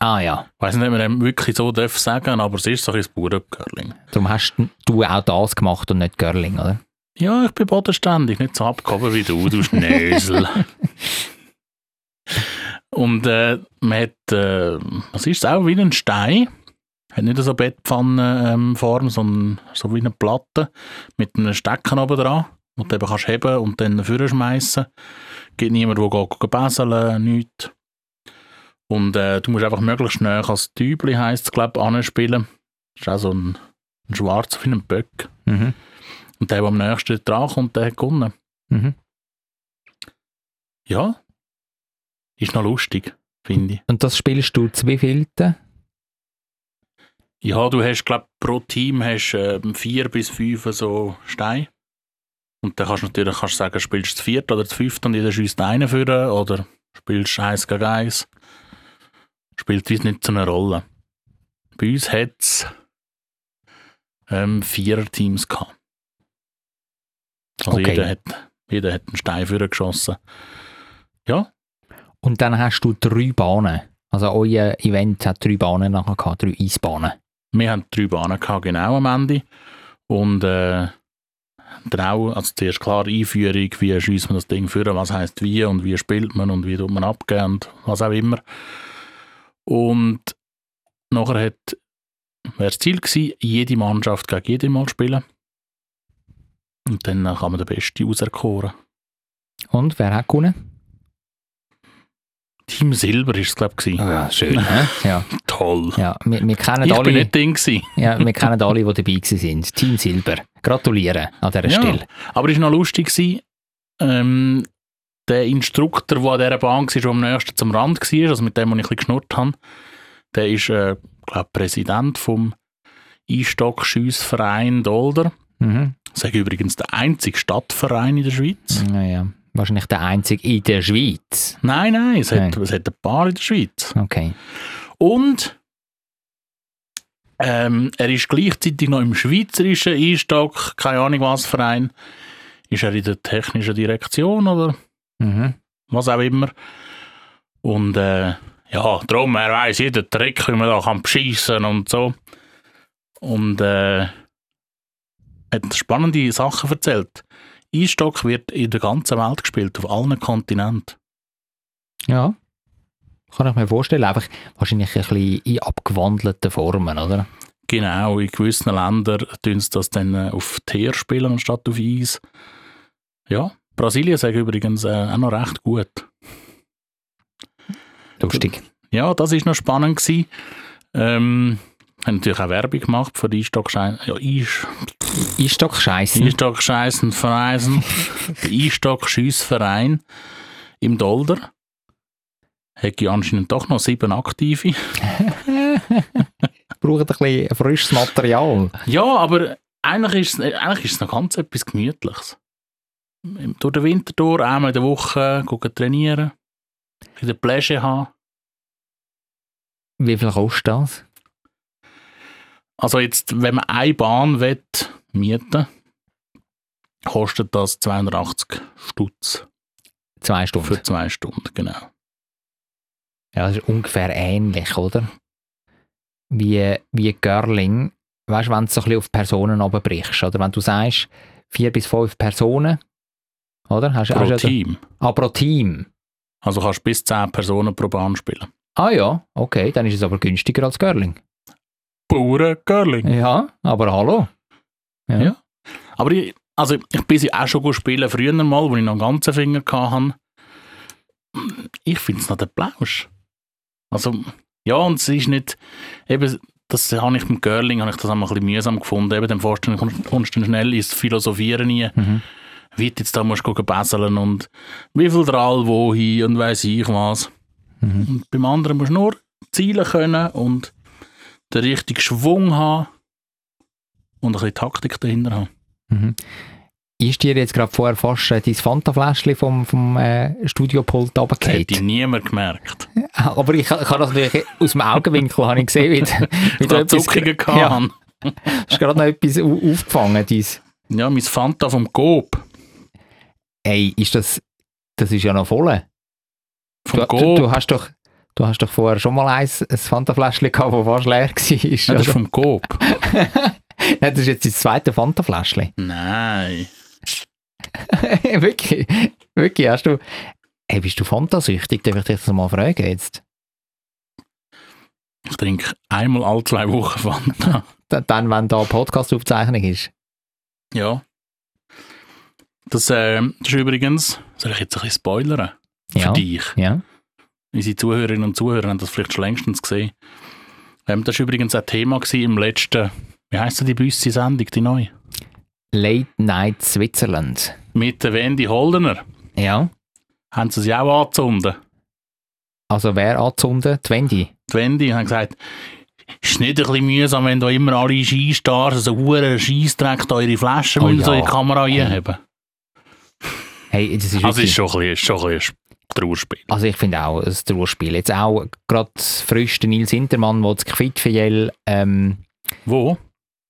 S2: ah ja,
S1: Ich weiß nicht, ob man dem wirklich so darf sagen aber es ist so ein bisschen das Bauerngörling.
S2: darum hast du auch das gemacht und nicht Görling, oder?
S1: Ja, ich bin bodenständig, nicht so abgehoben wie du, du Schnösel. Und äh, man hat, äh, was ist es, auch wie ein Stein. Hat nicht so eine Bettpfannenform, sondern so wie eine Platte mit einem Stecken oben dran, wo du eben kannst heben und dann vorne schmeißen. Gibt niemand, der geht gucken, besseln, nichts. Und äh, du musst einfach möglichst schnell als Tübli heisst es, glaube ich, anspielen. Das ist auch so ein, ein Schwarz wie ein Böck.
S2: Mhm.
S1: Und der, der am nächsten dran kommt, der hat gewonnen.
S2: Mhm.
S1: Ja. Ist noch lustig, finde ich.
S2: Und das spielst du zu wievielten?
S1: Ja, du hast, glaube pro Team hast, ähm, vier bis fünf so Steine. Und dann kannst du natürlich kannst du sagen, spielst du das vierte oder das fünfte und jeder schießt einen führen oder spielst eins gegen eins. Spielt uns nicht so eine Rolle. Bei uns hat es ähm, vier Teams gehabt. Also
S2: Okay.
S1: jeder, hat, jeder hat einen Stein führen geschossen. Ja,
S2: Und dann hast du drei Bahnen. Also euer Event hat drei Bahnen nachher gehabt, drei Eisbahnen.
S1: wir haben drei Bahnen gehabt, genau am Ende. Und äh, dann auch, also zuerst klar Einführung, wie schießt man das Ding führen, was heißt wie und wie spielt man und wie tut man abgeben und was auch immer. Und nachher hat, wäre das Ziel gewesen, jede Mannschaft gegen jede Mal spielen. Und dann kann man den Besten auserkoren.
S2: Und wer
S1: *laughs*
S2: hat gewonnen?
S1: Team Silber ist es, glaube ich. gewesen.
S2: Ah Ja, schön. Ja,
S1: *laughs* Toll.
S2: ja wir, wir, kennen
S1: Ich bin
S2: alle,
S1: nicht Ding gewesen.
S2: ja, wir kennen alle, die dabei gewesen sind. Team Silber. Gratuliere an dieser
S1: Ja.
S2: Stelle.
S1: Aber es war noch lustig. gewesen, Ähm, der Instruktor, der an dieser Bahn war, der am nächsten zum Rand war, also mit dem, den ich ein bisschen geschnurrt habe, der ist, äh, glaube Präsident vom Einstock-Schiessverein Dolder.
S2: Mhm.
S1: Sage übrigens der einzige Stadtverein in der Schweiz.
S2: Naja, wahrscheinlich der einzige in der Schweiz.
S1: Nein, nein, es, Hat,
S2: Nein.
S1: es hat ein paar in der Schweiz.
S2: Okay.
S1: Und ähm, er ist gleichzeitig noch im schweizerischen Einstock, keine Ahnung was Verein, ist er in der technischen Direktion oder
S2: Mhm.
S1: was auch immer. Und äh, ja, darum, er weiß jeden Trick, wie man da kann beschissen und so. Und äh, hat spannende Sachen erzählt. Einstock wird in der ganzen Welt gespielt, auf allen Kontinenten.
S2: Ja. Kann ich mir vorstellen. Einfach wahrscheinlich ein bisschen in abgewandelten Formen, oder?
S1: Genau, in gewissen Ländern tun sie das dann äh, auf Teer spielen anstatt auf Eis. Ja, Brasilien sagt übrigens äh, auch noch recht gut.
S2: Lustig.
S1: Ja, das ist noch spannend gewesen. Ähm, haben natürlich auch Werbung gemacht für Einstockscheißen. Ja, Eis-
S2: Einstock scheiße.
S1: Einstockscheißen
S2: *laughs*
S1: Vereisen. Einstockschüssverein im Dolder. Hätte ich anscheinend doch noch sieben Aktive.
S2: Braucht ein bisschen frisches Material.
S1: Ja, aber eigentlich ist, es- eigentlich ist es noch ganz etwas Gemütliches. Im- Durch den Winter durch, einmal in der Woche gucken, trainieren, in der Pläsche haben.
S2: Wie viel kostet das?
S1: Also jetzt, wenn man eine Bahn will, mieten kostet das 280 Stutz
S2: Zwei Stunden.
S1: für zwei Stunden, genau.
S2: Ja, das ist ungefähr ähnlich, oder? Wie, wie Girling. Weißt du, wenn du so ein bisschen auf Personen runterbrichst, oder? Wenn du sagst, vier bis fünf Personen, oder? Hast,
S1: Pro
S2: hast ja-
S1: Team.
S2: Ah, pro Team.
S1: Also kannst bis 10 Personen pro Bahn spielen.
S2: Ah ja, okay, dann ist es aber günstiger als Girling.
S1: Bauern Curling.
S2: Ja, aber hallo. Ja.
S1: Ja. Aber ich, also ich bin sie auch schon gut spielen, früher mal, wo ich noch einen ganzen Finger hatte. Ich finde es noch der Plausch. Also, ja, und es ist nicht, eben, das habe ich mit Girling, habe ich das einmal ein bisschen mühsam gefunden, eben, dann fährst du, kommst, kommst du schnell ins Philosophieren rein,
S2: Mhm.
S1: wie du jetzt da musst gucken, besseln und wie viel Drall wohin und weiss ich was.
S2: Mhm.
S1: Und beim anderen musst du nur zielen können und den richtigen Schwung haben und ein bisschen Taktik dahinter haben.
S2: Ist dir jetzt gerade vorher fast äh, dein Fanta-Fläschchen vom, vom äh, Studiopult
S1: Das hätte ich
S2: runtergefallen?
S1: niemand gemerkt.
S2: *laughs* Aber ich, ich habe das natürlich aus dem Augenwinkel habe ich gesehen,
S1: *laughs*
S2: wie, du- wie
S1: Ich
S2: du
S1: hatte
S2: etwas,
S1: Zuckungen.
S2: ja,
S1: Ja.
S2: hast gerade noch etwas au- aufgefangen. Dies.
S1: ja, mein Fanta vom Coop.
S2: Ey, ist das, das ist ja noch voll.
S1: Vom
S2: Du, du,
S1: Coop.
S2: du, hast doch, du hast doch vorher schon mal eins, ein Fanta-Fläschchen gehabt, das fast leer war.
S1: Nein, das ist
S2: oder?
S1: vom Coop.
S2: Nein, das ist jetzt dein zweites Fanta-Fläschchen. *laughs*
S1: Nein.
S2: wirklich, wirklich, hast du... Ey, bist du Fantasüchtig? Darf ich dich das mal fragen jetzt?
S1: Ich trinke einmal alle zwei Wochen Fanta. *laughs*
S2: D- Dann, wenn da Podcast-Aufzeichnung ist.
S1: ja. Das, ähm, das ist übrigens, soll ich jetzt ein bisschen spoilern?
S2: Ja.
S1: Für dich.
S2: Ja.
S1: Unsere Zuhörerinnen und Zuhörer haben das vielleicht schon längstens gesehen. Ähm, das war übrigens ein Thema gewesen im letzten, wie heisst denn die Büssi-Sendung, die neue?
S2: Late Night Switzerland.
S1: Mit der Wendy Holdener.
S2: Ja.
S1: Haben sie sie auch angezündet?
S2: Also wer anzünden? Die Wendy.
S1: die Wendy und haben gesagt, ist nicht ein bisschen mühsam, wenn da immer alle Skistars so einen Scheissdreck da ihre Flaschen
S2: Oh
S1: müssen so
S2: ja.
S1: in die Kamera reinheben.
S2: Hey, das ist
S1: Also
S2: wirklich-
S1: ist schon ein bisschen, ist schon ein bisschen ein Trauerspiel.
S2: Also ich finde auch ein Trauerspiel. Jetzt auch gerade frisch der Nils Intermann, der das Quitfjell, ähm,
S1: Wo?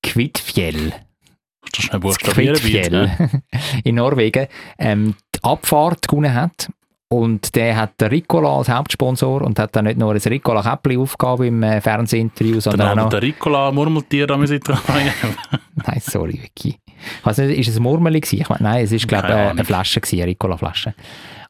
S2: Quitfjell,
S1: Kannst du schnell
S2: das
S1: buchstabieren, bitte?
S2: Kvitfjell *laughs* in Norwegen, ähm, die Abfahrt gewonnen hat. Und der hat den Ricola als Hauptsponsor und hat dann nicht nur ein Ricola-Käppli aufgegeben im äh, Fernsehinterview,
S1: Dann
S2: sondern auch
S1: haben
S2: noch...
S1: wir den Ricola Murmeltier an meiner *laughs* Seite.
S2: *laughs* Nein, sorry, Vicky. Ich weiss nicht, ist es ein Murmeli gewesen? Ich mein, nein, es ist, glaube ich,
S1: Keine
S2: eine
S1: Ahnung.
S2: Flasche gewesen, eine Ricola-Flasche.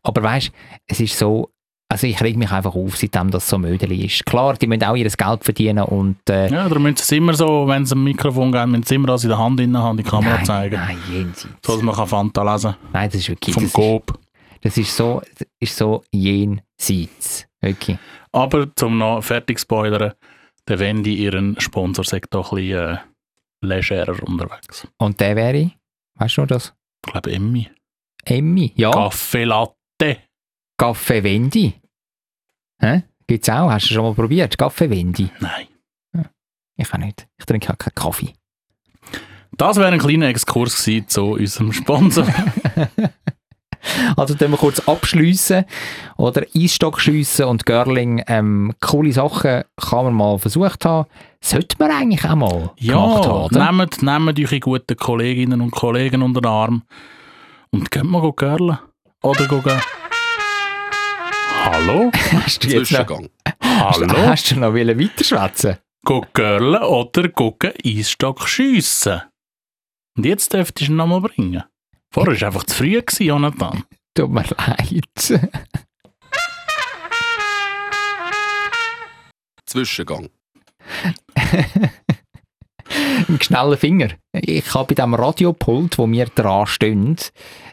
S2: Aber weißt, es ist so, also ich reg mich einfach auf, seitdem das so Mödeli ist. Klar, die müssen auch ihr Geld verdienen und äh,
S1: ja, darum müssen sie es immer so, wenn sie ein Mikrofon geben, müssen sie immer das in der Hand innen haben, die Kamera
S2: nein,
S1: zeigen.
S2: nein, jenseits.
S1: So, dass man kann Fanta lesen
S2: Nein, das ist wirklich,
S1: vom
S2: das ist,
S1: Coop.
S2: das ist so, das ist so jenseits. Wirklich.
S1: Aber zum noch fertig zu spoilern, der Wendy, ihren Sponsor, sagt doch ein bisschen äh, legerer unterwegs.
S2: Und der wäre, weißt du noch das?
S1: Ich glaube, Emmy.
S2: Emmy, ja.
S1: Kaffee Latte.
S2: Kaffee Wendy. Hä? Gibt's auch, hast du schon mal probiert? Kaffee Wendy?
S1: Nein.
S2: Ich auch nicht. Ich trinke auch keinen Kaffee.
S1: Das wäre ein kleiner Exkurs gewesen zu unserem Sponsor.
S2: Also tun wir kurz abschliessen oder Eisstock schiessen und Görling. Ähm, coole Sachen kann man mal versucht haben. Sollte man eigentlich auch mal gemacht haben.
S1: *laughs* ja,
S2: oder?
S1: nehmt, nehmt eure guten Kolleginnen und Kollegen unter den Arm und geht mal girlen. Oder gehen. Hallo?
S2: Hast du jetzt noch,
S7: Zwischengang.
S1: *laughs* Hallo?
S2: hast du noch wollen weiterschwätzen?
S1: Gehen girlen oder gucken Eisstock schiessen. Und jetzt dürftest du ihn nochmal bringen. Vorher war es einfach zu früh, gewesen, Jonathan.
S2: Tut mir *laughs* leid.
S7: Zwischengang.
S2: Ein schneller Finger. Ich habe bei diesem Radiopult, wo wir dran stehen,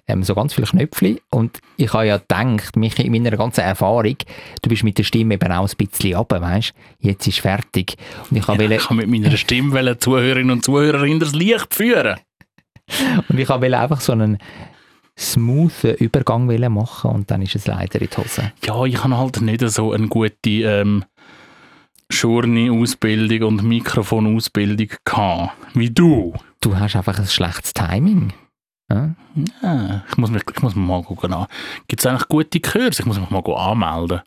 S2: ähm, so ganz viele Knöpfe. Und ich habe ja gedacht, mich in meiner ganzen Erfahrung, du bist mit der Stimme eben auch ein bisschen runter, weißt du? Jetzt ist fertig. Und ich habe ja,
S1: Ich kann mit meiner Stimme wollen Zuhörerinnen und Zuhörer hinters Licht führen.
S2: Und ich wollte einfach so einen smoothen Übergang wollen machen und dann ist es leider in die Hose.
S1: Ja, ich habe halt nicht so eine gute ähm, Journey-Ausbildung und Mikrofon-Ausbildung gehabt, wie du.
S2: Du hast einfach ein schlechtes Timing. Ja?
S1: Ah, ich, muss mich, ich muss mich mal gucken. Gibt es eigentlich gute Kurse? Ich muss mich mal go anmelden.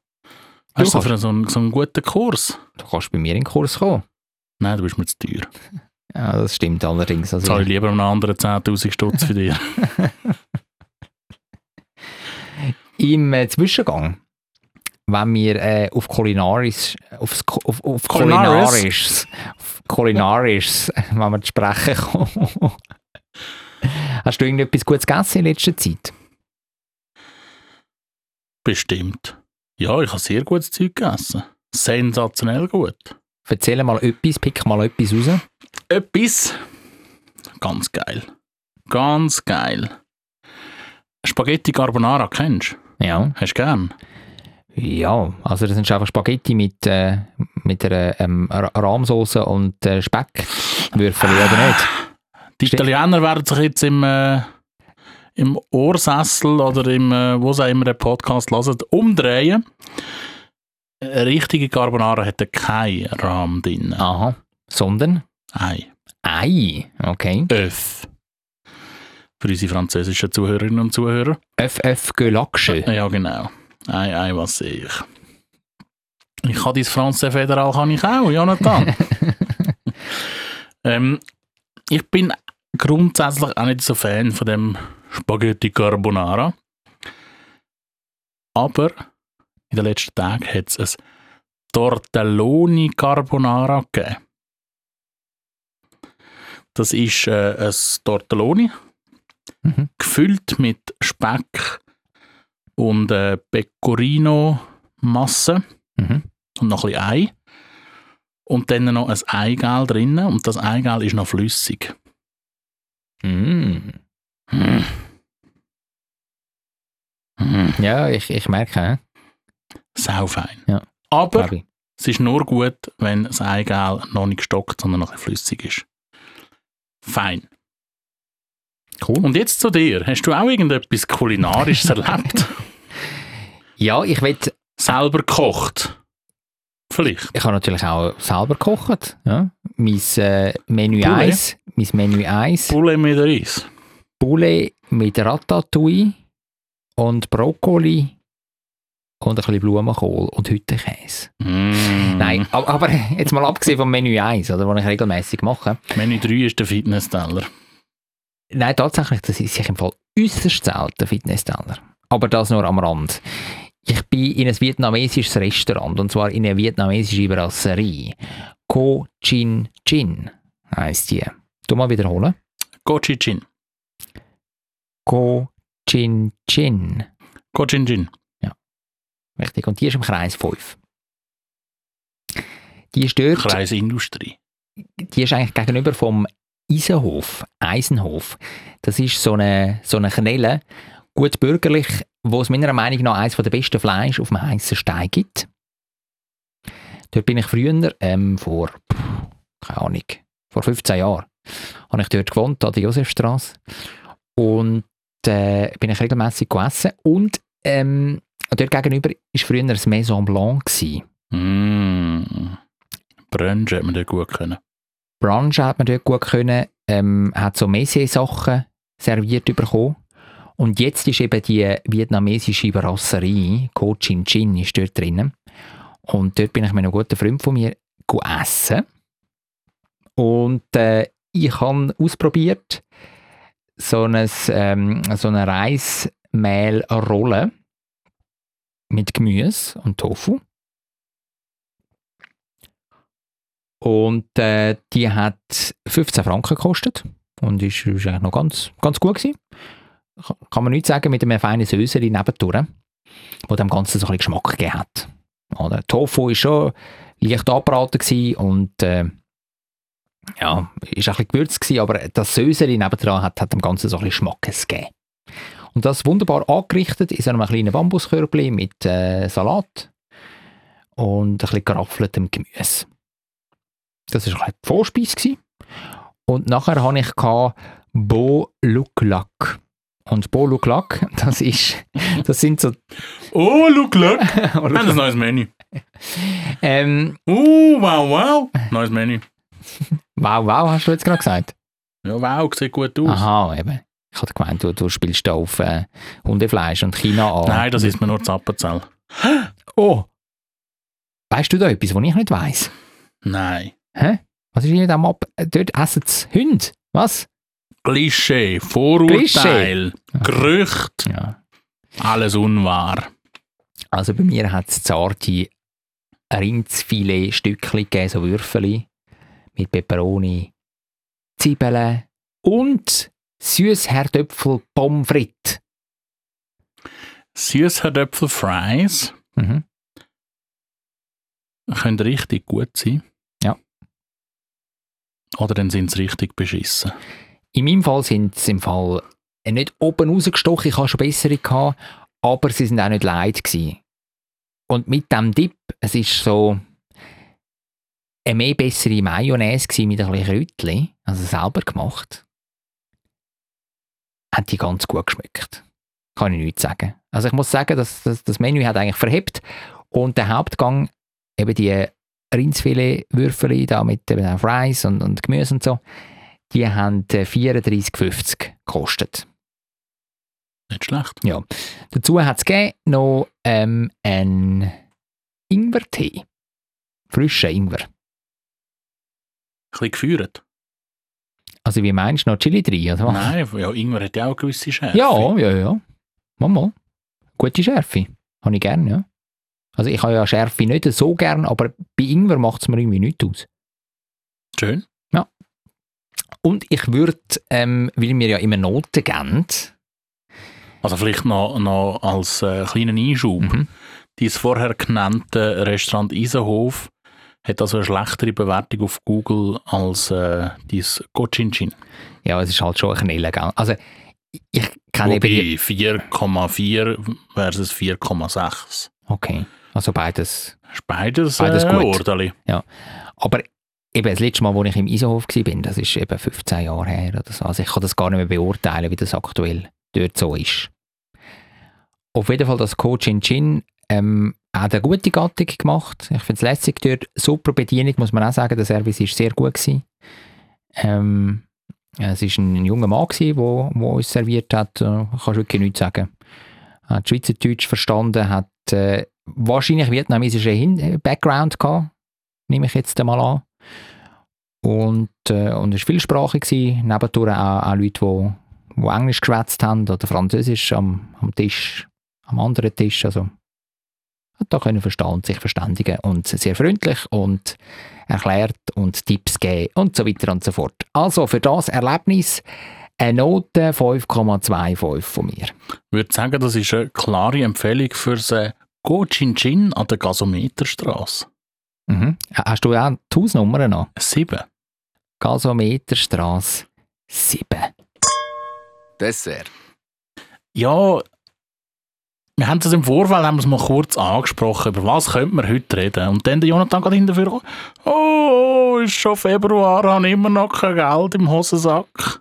S1: Hast du
S2: kannst-
S1: für so einen, so einen guten Kurs?
S2: Du kannst bei mir in den Kurs kommen.
S1: Nein, du bist mir zu teuer.
S2: Ja, das stimmt allerdings. Also,
S1: Zahle ich lieber einen anderen 10'000 Stutz für
S2: *laughs*
S1: dich.
S2: Im äh, Zwischengang, wenn wir äh, auf kulinarisch, aufs, Ku- auf, auf
S1: Kulinaris?
S2: kulinarisches, auf kulinarisches, *laughs* wenn wir zu sprechen kommen. Hast du irgendetwas Gutes gegessen in letzter Zeit?
S1: Bestimmt. Ja, ich habe sehr gutes Zeug gegessen. Sensationell gut.
S2: Erzähl mal etwas, pick mal etwas raus.
S1: etwas. Ganz geil. Ganz geil. Spaghetti Carbonara kennst du?
S2: Ja.
S1: Hast du gern?
S2: Ja, also das sind einfach Spaghetti mit, äh, mit einer ähm, Ra- Rahmsauce und äh, Speckwürfeln, oder nicht?
S1: Die
S2: Ste-
S1: Italiener werden sich jetzt im, äh, im Ohrsessel oder im, äh, wo sie immer den Podcast hören, umdrehen. Eine richtige Carbonara hat keinen Rahmen drin.
S2: Aha. Sondern
S1: Ei.
S2: Ei. Okay.
S1: Öff. Für unsere französischen Zuhörerinnen und Zuhörer.
S2: FF Gelagsche.
S1: Ja, genau. Ei, ei, was sehe ich. Ich kann dein Franze Federal kann ich auch, Jonathan. ähm, ich bin grundsätzlich auch nicht so Fan von dem Spaghetti Carbonara. Aber in den letzten Tagen hat es ein Tortelloni Carbonara gegeben. Das ist äh, ein Tortelloni,
S2: Mhm.
S1: gefüllt mit Speck und äh, Pecorino-Masse
S2: Mhm.
S1: und noch ein bisschen Ei. Und dann noch ein Eigel drinnen und das Eigel ist noch flüssig.
S2: Mm.
S1: Mm. Mm.
S2: Ja, ich, ich merke, hä?
S1: Sau fein.
S2: Ja.
S1: Aber
S2: Fabi.
S1: es ist nur gut, wenn das Eigel noch nicht gestockt, sondern noch ein bisschen flüssig ist. Fein.
S2: Cool.
S1: Und jetzt zu dir. Hast du auch irgendetwas Kulinarisches
S2: *laughs*
S1: erlebt?
S2: Ja, ich will,
S1: Selber gekocht? Vielleicht.
S2: ich habe natürlich auch selber gekocht. Ja. Mein äh, Menü
S1: Poulet.
S2: 1, mein Menü 1,
S1: Poulet mit Reis.
S2: Poulet mit Ratatouille und Brokkoli und ein bisschen Blumenkohl und Hüttenkäse.
S1: Mm.
S2: Nein, aber, aber *laughs* jetzt mal abgesehen vom Menü 1, oder, das ich regelmäßig mache.
S1: Menü 3 ist der Fitness-Teller.
S2: Nein, tatsächlich, das ist sich im Fall äußerst selten, Fitnessteller. Aber das nur am Rand. Ich bin in ein vietnamesisches Restaurant, und zwar in eine vietnamesische Brasserie. Ko Chin Chin heisst die. Du mal wiederholen.
S1: Gochijin.
S2: Ko Chin Chin.
S1: Gochijin.
S2: Richtig, und die ist im Kreis 5. Die ist dort...
S1: Kreis Industrie.
S2: die ist eigentlich gegenüber vom Eisenhof, Eisenhof. Das ist so eine, so eine Knelle, gut bürgerlich, wo es meiner Meinung nach eines der besten Fleisch auf dem heißen Stein gibt. Dort bin ich früher, ähm, vor, pff, keine Ahnung, vor 15 Jahren, habe ich dort gewohnt, an der Josefstrasse. Und äh, bin ich regelmässig gegessen. Und ähm, dort gegenüber war früher das Maison Blanc. Gewesen.
S1: Mm. Brunch hätte man dort gut können.
S2: Brunchen hat man dort gut können, ähm, hat so Messier-Sachen serviert bekommen. Und jetzt ist eben die vietnamesische Brasserie, Ho Chin Chin, ist dort drinnen. Und dort bin ich mit einem guten Freund von mir go essen. Und äh, ich habe ausprobiert, so, ein, ähm, so eine Reismehlrolle mit Gemüse und Tofu. Und äh, die hat 15 Franken gekostet und ist, ist eigentlich noch ganz, ganz gut gewesen. Ka- Kann man nichts sagen mit einer feinen Soße nebendurch, die dem Ganzen so ein bisschen Geschmack gegeben hat. Oder? Tofu war schon leicht angebraten gewesen und äh, ja, ist ein bisschen gewürzt gewesen, aber das Soße nebendran hat, hat dem Ganzen so ein bisschen Schmackes gegeben. Und das wunderbar angerichtet in so einem kleinen Bambuskörbchen mit äh, Salat und ein bisschen geraffeltem Gemüse. Das war ein bisschen die Vorspeise. Gewesen. Und nachher hatte ich gehabt Bo Luklak. Und Bo Luklak, *laughs* das ist, das
S1: *laughs*
S2: sind so,
S1: Oh, look, look. *laughs* Wir haben ein neues Menü.
S2: ähm,
S1: Oh, wow, wow. Neues Menü.
S2: wow, wow, hast du jetzt gerade gesagt?
S1: Ja, wow, sieht gut aus.
S2: Aha, eben. Ich hatte gemeint, du, du spielst da auf äh, Hundefleisch und China an.
S1: Nein, das ist mir nur Zappenzell.
S2: Oh! Weißt du da etwas, was ich nicht weiss?
S1: Nein.
S2: Was ist hier da Ab? äh, Dort essen sie Hunde. Was?
S1: Klischee, Vorurteil, Gerücht,
S2: Ja.
S1: alles unwahr.
S2: Also bei mir hat es zarte Rindsfilet-Stückchen gegeben, so Würfeli mit Peperoni, Zwiebeln und süß Herdöpfel Pommes frites.
S1: Süßkartoffel Fries
S2: Mhm.
S1: können richtig gut sein.
S2: Ja.
S1: Oder dann sind sie richtig beschissen.
S2: In meinem Fall sind es im Fall äh, nicht oben rausgestochen, ich habe schon bessere gehabt, aber sie sind auch nicht leid gewesen. Und mit dem Dip, es ist so eine mehr bessere Mayonnaise gewesen mit ein bisschen Kräutchen, also selber gemacht, hat die ganz gut geschmeckt. Kann ich nichts sagen. Also ich muss sagen, das, das, das Menü hat eigentlich verhebt und der Hauptgang, eben die Rindsfilet-Würfel da mit den Fries und, und Gemüse und so, die haben äh, 34,50 gekostet.
S1: Nicht schlecht.
S2: Dazu hat es noch ähm, einen Ingwertee. Frischen Ingwer.
S1: Ein bisschen gefeuert.
S2: Also wie meinst du noch Chili drin? Oder? was?
S1: Nein, ja, Ingwer hat ja auch eine gewisse Schärfe.
S2: Ja, ja, ja. Mama, gute Schärfe. Habe ich gern, ja. Also ich habe ja Schärfe nicht so gern, aber bei Ingwer macht es mir irgendwie nichts aus.
S1: Schön.
S2: Und ich würde, ähm, weil mir ja immer Noten geben,
S1: Also vielleicht noch, noch als äh, kleinen Einschub.
S2: mhm.
S1: Dein vorher genannte Restaurant Isenhof hat also eine schlechtere Bewertung auf Google als äh, dein Gochinchin.
S2: ja, es ist halt schon ein Knillen, gell? Also ich- ich kann
S1: Wobei
S2: eben... die-
S1: 4,4 versus 4,6.
S2: Okay, also beides...
S1: Ist beides,
S2: Beides
S1: äh,
S2: gut.
S1: Ordentlich.
S2: Aber eben das letzte Mal, wo ich im Isenhof war, das ist eben 15 Jahre her oder so. Also ich kann das gar nicht mehr beurteilen, wie das aktuell dort so ist. Auf jeden Fall, das Coach in Chin ähm, hat eine gute Gattung gemacht. Ich finde es lässig dort. Super Bedienung, muss man auch sagen. Der Service war sehr gut. Gewesen. Ähm, es war ein junger Mann, der wo, wo uns serviert hat. Äh, Kannst wirklich nichts sagen. Hat Schweizerdeutsch verstanden, hat äh, wahrscheinlich vietnamesischen Hin Background gehabt nehme ich jetzt mal an. Und, äh, und es war vielsprachig, gewesen. nebendurch auch, auch Leute, die wo, wo Englisch geschwätzt haben oder Französisch am, am Tisch, am anderen Tisch. Also hat da können verstehen und sich verständigen und sehr freundlich und erklärt und Tipps geben und so weiter und so fort. Also für das Erlebnis eine Note 5,25 von mir.
S1: Ich würde sagen, das ist eine klare Empfehlung fürs äh, Gochinchin an der Gasometerstraße.
S2: Mhm. Hast du auch die Hausnummern noch?
S1: 7.
S2: Gasometerstrasse 7.
S7: Dessert.
S1: Ja, wir haben das im Vorfeld haben wir es mal kurz angesprochen, über was könnte man heute reden. Und dann der Jonathan geht hinterher, oh, ist schon Februar, habe immer noch kein Geld im Hosensack.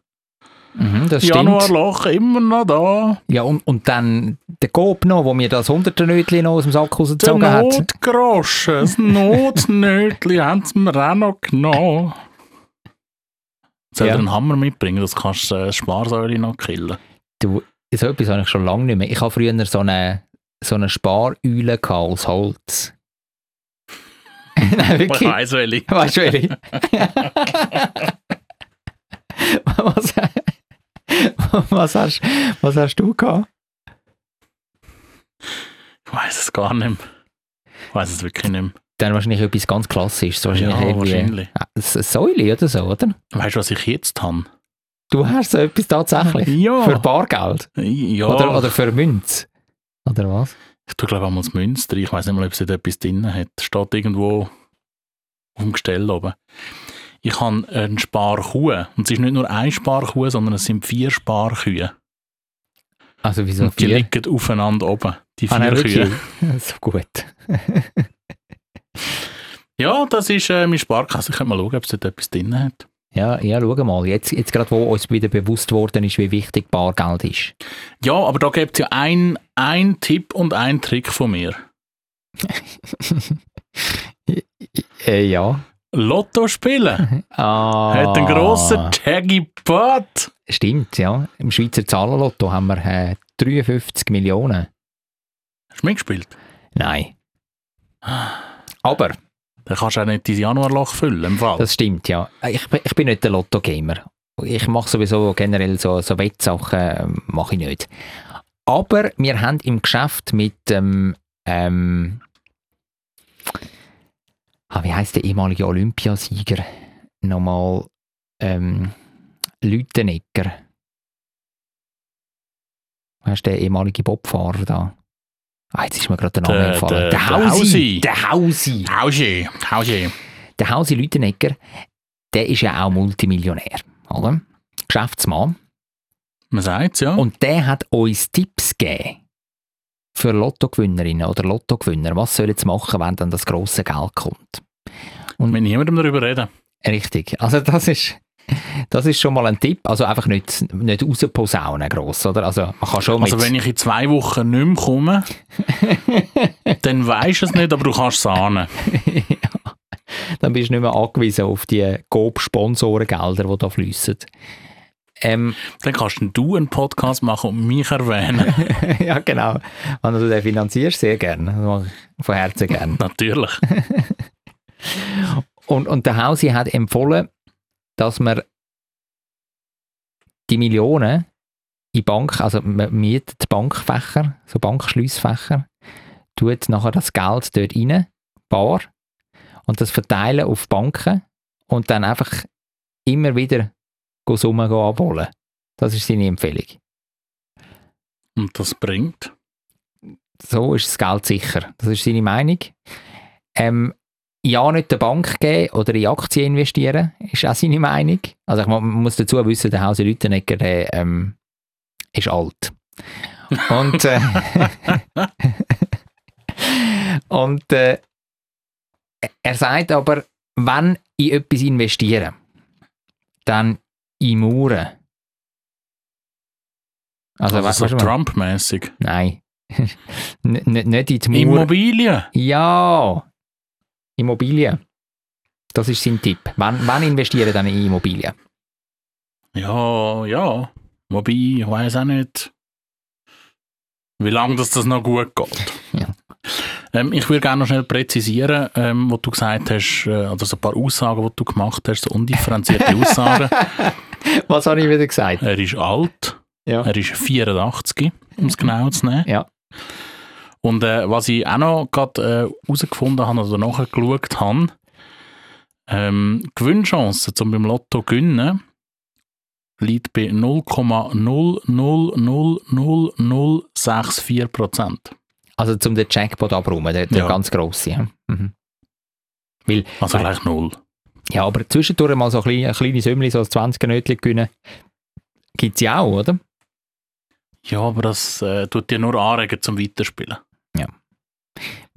S2: Mhm, das stimmt.
S1: Januarloch immer noch da.
S2: Ja, und, und dann der Coop noch, wo mir das Hunderternötchen noch aus dem Sack
S1: Der
S2: rausgezogen hat. *laughs*
S1: Notgroschen, das Notnötli haben sie mir auch noch genommen. Soll
S2: Ja.
S1: dir einen Hammer mitbringen, das kannst du äh, Sparsäule noch killen.
S2: Du, so etwas habe ich schon lange nicht mehr. Ich habe früher so eine, so eine Sparüle gehabt aus Holz. *laughs*
S1: Ich
S2: Nein, wirklich.
S1: weiss, welche.
S2: Weißt du, Eli? *laughs* was, was, hast, was hast du gehabt?
S1: Ich weiss es gar nicht mehr. Ich weiss es wirklich nicht mehr.
S2: Dann wahrscheinlich etwas ganz Klassisches. Wahrscheinlich
S1: Ja,
S2: irgendwie
S1: wahrscheinlich.
S2: Eine Säule oder so, oder?
S1: Weißt du, was ich jetzt habe?
S2: Du hast so etwas tatsächlich.
S1: Ja.
S2: Für Bargeld.
S1: Ja.
S2: Oder, oder für Münze. Oder was?
S1: Ich tue, glaube ich, einmal das Münster. rein. Ich weiß nicht mal, ob sie da etwas drin hat. Steht irgendwo auf dem Gestell oben. Ich habe eine Sparkuh. Und es ist nicht nur eine Sparkuh, sondern es sind vier Sparkühe.
S2: Also wieso
S1: und die
S2: vier?
S1: liegen aufeinander oben. Die vier
S2: Ah, nein,
S1: Kühe.
S2: wirklich? *laughs* so gut.
S1: Ja, das ist äh, mein Sparkasse. Ich könnte mal schauen, ob sie da etwas drin hat.
S2: Ja, ja, schau mal. Jetzt, jetzt gerade, wo uns wieder bewusst worden ist, wie wichtig Bargeld ist.
S1: Ja, aber da gibt es ja einen ein Tipp und einen Trick von mir.
S2: Äh, ja.
S1: Lotto
S2: *laughs*
S1: spielen
S2: Ah.
S1: hat einen grossen Jackpot.
S2: Stimmt, ja. Im Schweizer Zahlenlotto haben wir äh, 53 Millionen.
S1: Hast du mitgespielt?
S2: Nein.
S1: Ah.
S2: Aber,
S1: Dann kannst du auch nicht dein Januarloch füllen, im Fall.
S2: das stimmt, ja. Äh, Ich, bin- ich bin nicht der Lotto-Gamer. Ich mache sowieso generell so, so Wettsachen, ähm, mache ich nicht. Aber wir haben im Geschäft mit dem, ähm, ah, wie heißt der ehemalige Olympiasieger? Nochmal, ähm, Lütenegger. Weißt du, der ehemalige Bobfahrer da? Ah, jetzt ist mir gerade der Name
S1: Der-
S2: entfallen.
S1: der- der Hausi.
S2: Der Hausi.
S1: Hausi, Hausi.
S2: Der Hausi Lütenegger, der ist ja auch Multimillionär, oder? Geschäftsmann.
S1: Man sagt ja.
S2: Und der hat uns Tipps gegeben für Lottogewinnerinnen oder Lottogewinner. Was sollen sie machen, wenn dann das grosse Geld kommt?
S1: mit niemandem darüber reden.
S2: Richtig. Also das ist, das ist schon mal ein Tipp. Also einfach nicht, nicht rausposaunen gross, oder? Also man kann schon
S1: Also
S2: mit...
S1: wenn ich in zwei Wochen nicht mehr
S2: *laughs*
S1: komme, dann weisst du es nicht, aber du kannst es ahnen.
S2: dann bist du nicht mehr angewiesen auf die GoP-Sponsorengelder, die da fliessen. Ähm,
S1: Dann kannst du einen Podcast machen und mich
S2: *laughs*
S1: erwähnen.
S2: ja, genau. Wenn du den finanzierst, sehr gerne. Das mache ich von Herzen gerne.
S1: Natürlich.
S2: Und, und der Hausi hat empfohlen, dass man die Millionen in Bank, also man mietet Bankfächer, so Bankschliessfächer, tut nachher das Geld dort rein, bar, und das verteilen auf Banken und dann einfach immer wieder go Summen go abholen. Das ist seine Empfehlung.
S1: Und das bringt.
S2: so ist das Geld sicher. Das ist seine Meinung. Ähm, ja, nicht der Bank geben oder in Aktien investieren, ist auch seine Meinung. Also ich mu- muss dazu wissen, der Hauser Lütenegger der, ähm, ist alt. Und, äh, *laughs* und äh, er sagt aber, wenn ich etwas investiere, dann in Mauern. Also,
S1: Also
S2: we- weisst
S1: so
S2: du, was-
S1: Trump-mässig.
S2: Nein. *laughs* N n- nicht in die Mauer.
S1: Immobilien.
S2: ja! Immobilien. Das ist sein Tipp. Wann, wann investieren dann in Immobilien?
S1: Ja, ja. Wobei, ich weiß auch nicht, wie lange das, das noch gut geht.
S2: Ja.
S1: Ähm, ich würde gerne noch schnell präzisieren, ähm, was du gesagt hast, äh, oder so ein paar Aussagen, die du gemacht hast, so undifferenzierte Aussagen.
S2: *laughs* Was habe ich wieder gesagt?
S1: Er ist alt.
S2: Ja.
S1: Er ist 84, um es genau zu nehmen.
S2: Ja.
S1: Und äh, was ich auch noch gerade herausgefunden äh, rausgefunden habe oder nachgeschaut habe, ähm, Gewinnchancen zum beim Lotto gewinnen liegt bei 0,0000064 Prozent.
S2: Also zum den Jackpot abräumen, der, der
S1: Ja.
S2: ganz grosse. Ja. Mhm. Weil,
S1: Also gleich null.
S2: ja, aber zwischendurch mal so ein klein- ein kleines Sümmchen, so ein 20er Nötchen gewinnen, gibt es ja auch, oder?
S1: Ja, aber das äh, tut dir nur anregen zum Weiterspielen.